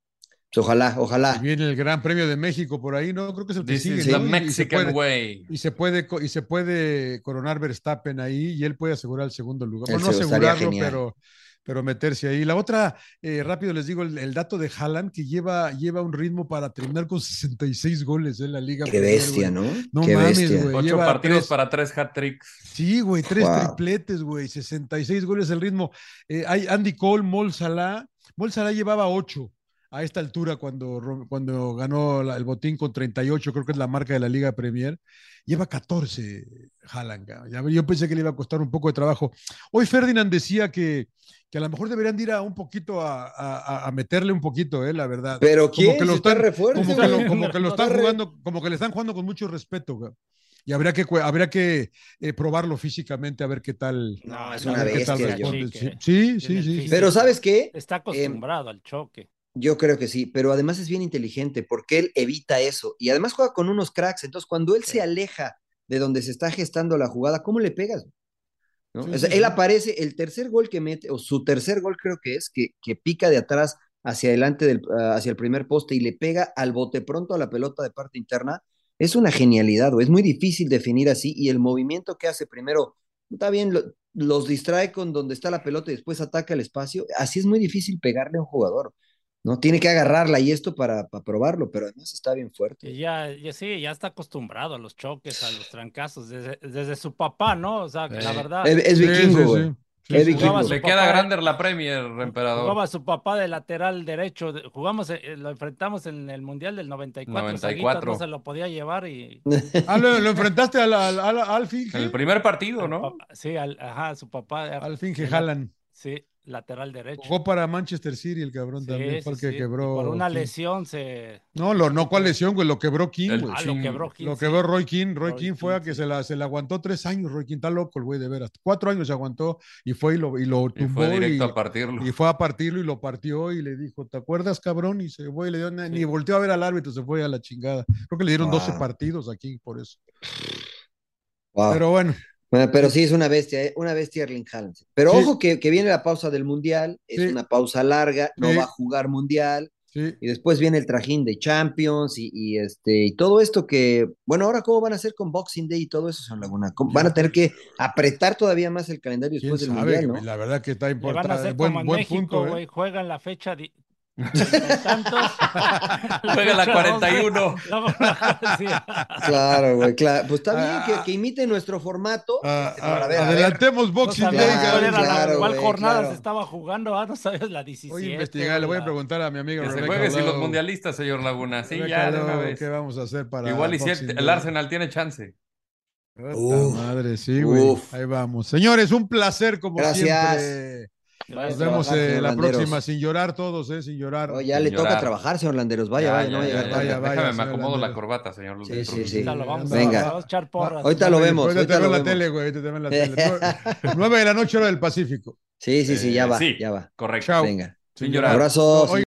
pues, ojalá,
Y
ojalá.
viene el Gran Premio de México por ahí, ¿no? Creo que es el que
This
sigue.
is
sí.
the
¿no? Y- y se
Mexican
puede-
way.
Y se puede co- y se puede coronar Verstappen ahí y él puede asegurar el segundo lugar. Bueno, no
Eso estaría
asegurarlo,
genial.
pero, pero meterse ahí. La otra, eh, rápido les digo, el, el dato de Haaland que lleva, lleva un ritmo para terminar con 66 goles en la liga.
Qué
Premier, güey.
bestia, ¿no?
No
Qué
mames,
bestia.
güey.
Ocho
lleva
partidos
tres-
para tres hat-tricks.
Sí, güey, tres
Wow.
tripletes, güey, 66 goles el ritmo. Eh, hay Andy Cole, Mol Salah. Mol Salah llevaba ocho a esta altura cuando, ro- cuando ganó la- el botín con 38, creo que es la marca de la Liga Premier. Lleva 14, Haaland. cabrón. Ya- Yo pensé que le iba a costar un poco de trabajo. Hoy Ferdinand decía que, que a lo mejor deberían de ir a un poquito a, a- a- a meterle un poquito, eh, la verdad.
Pero ¿quién?
que lo
Si está
están-
re fuerte,
Como que, lo,
güey.
como que lo
No,
están
está re-
jugando, como que le están jugando con mucho respeto, güey. Y habría que, cu- habría que eh, probarlo físicamente a ver qué tal.
No,
es
no,
a
una
ver qué
está
tal
bestia,
chique.
responde. Sí, sí, sí.
Tiene
sí, sí.
físico.
Pero ¿sabes qué?
Está acostumbrado al choque.
Yo creo que sí, pero además es bien inteligente porque él evita eso y además juega con unos cracks. Entonces, cuando él se aleja de donde se está gestando la jugada, ¿cómo le pegas? ¿No?
Sí,
O sea,
sí,
él
sí.
aparece, el tercer gol que mete, o su tercer gol creo que es, que, que pica de atrás hacia adelante, del, ah, hacia el primer poste y le pega al bote pronto a la pelota de parte interna. Es una genialidad, güey, es muy difícil definir así y el movimiento que hace primero, está bien, lo- los distrae con donde está la pelota y después ataca el espacio. Así es muy difícil pegarle a un jugador. No tiene que agarrarla y esto para, para probarlo, pero además está bien
Y
fuerte.
ya, ya sí, ya está acostumbrado a los choques, a los trancazos, desde, desde su papá, ¿no? O sea, que la
Sí.
verdad,
Es, es
Sí, sí,
vikingo,
sí.
güey.
Sí,
Es
sí,
vikingo.
sí.
su
Le queda
papá-
grande la Premier,
Pues,
emperador.
jugaba su papá de lateral derecho. de- Jugamos, eh, lo enfrentamos en el Mundial del 94. Saguita
94.
no se lo podía llevar y.
Ah, lo, lo enfrentaste al, al, al, al Finge.
En el primer partido, ¿no?
papá- Sí, al- ajá, su papá. era-
Al Finge
era-
Haaland.
Sí, lateral derecho.
Jugó para Manchester City el cabrón
Sí,
también.
sí,
Fue el que
sí. Y
quebró.
Por una
King.
lesión se.
No, lo, no, ¿cuál lesión, güey? Lo quebró King,
El-
güey.
Ah,
Chin-
lo quebró King,
Lo
sí.
quebró Roy King. Roy,
Roy
King fue
King,
a que
sí.
se, la, se la aguantó tres años. Roy King está loco, el güey, de veras. Cuatro años se aguantó y fue y lo, y lo
Y
tumbó.
fue directo
y-
a partirlo.
Y fue a partirlo y lo partió y le dijo, ¿te acuerdas, cabrón? Y se fue y le dio, ni ni volteó a ver al árbitro, se fue a la chingada. Creo que le dieron
Ah.
12
Wow.
partidos aquí por eso.
Wow.
Pero bueno,
Bueno, pero sí es una bestia, ¿eh? una bestia Erling Haaland. Pero
Sí.
ojo que, que viene la pausa del Mundial, es
Sí.
una pausa larga, no
Sí.
va a jugar Mundial,
sí.
y después viene el trajín de Champions y, y este y todo esto que, bueno, ahora cómo van a hacer con Boxing Day y todo eso, señor Laguna. ¿Cómo- Van a tener que apretar todavía más el calendario
¿Quién
después del
sabe?
Mundial,
güey? <laughs>
¿no?
La verdad que está
Le van a hacer
importante.
como
Buen,
en
buen
México,
punto,
güey.
¿eh?
Juegan la fecha.
<laughs>
di- tantos,
Juega
<laughs>
la 41.
luego <laughs> la- sí.
Claro, güey, claro. Pues está
Ah,
bien
ah,
que, que imite nuestro formato.
Ah,
este,
ah,
para ver, a ver.
adelantemos
No
Boxing
sabías
Day.
cuál,
claro,
era la-
cabrón.
claro,
cuál
güey,
jornada
claro.
se estaba jugando, ah, no sabías la 17.
Voy a investigar, le voy a
la-
preguntar a mi amiga
Que se
Rebeca
juegue sin los
Lowe.
mundialistas, señor Laguna. Sí,
Rebeca
ya de una
Lowe,
vez.
¿Qué vamos a hacer para
Igual y si
Boxing
el,
Day?
el Arsenal tiene chance.
Uf,
madre, sí, güey.
uf.
Ahí vamos. Señores, un placer como
Gracias.
siempre. Nos
Gracias.
vemos
Trabajar,
eh,
señor
la
Landeros.
próxima, sin llorar todos, eh, sin llorar.
Oh, ya le
Llorar.
toca trabajar, señor Landeros. Vaya,
Ya,
vaya,
ya,
no vaya a
ya,
gastar.
vaya,
ya.
vaya,
Déjame, me
señor
acomodo la
Landero.
corbata, señor Luis.
Sí,
Ventura.
sí, sí.
Ahorita lo vamos a-
Venga.
vamos a echar porras.
Ahorita lo vemos.
Ahorita
ahorita
te veo
lo
en la
vemos.
tele, güey. Ahorita te
<laughs>
veo en la tele. Nueve de la noche, hora del Pacífico.
Sí, sí, sí, ya
Eh,
va,
sí.
ya va.
Correcto.
Chao.
Venga.
Sin llorar.
Abrazos.
Oye,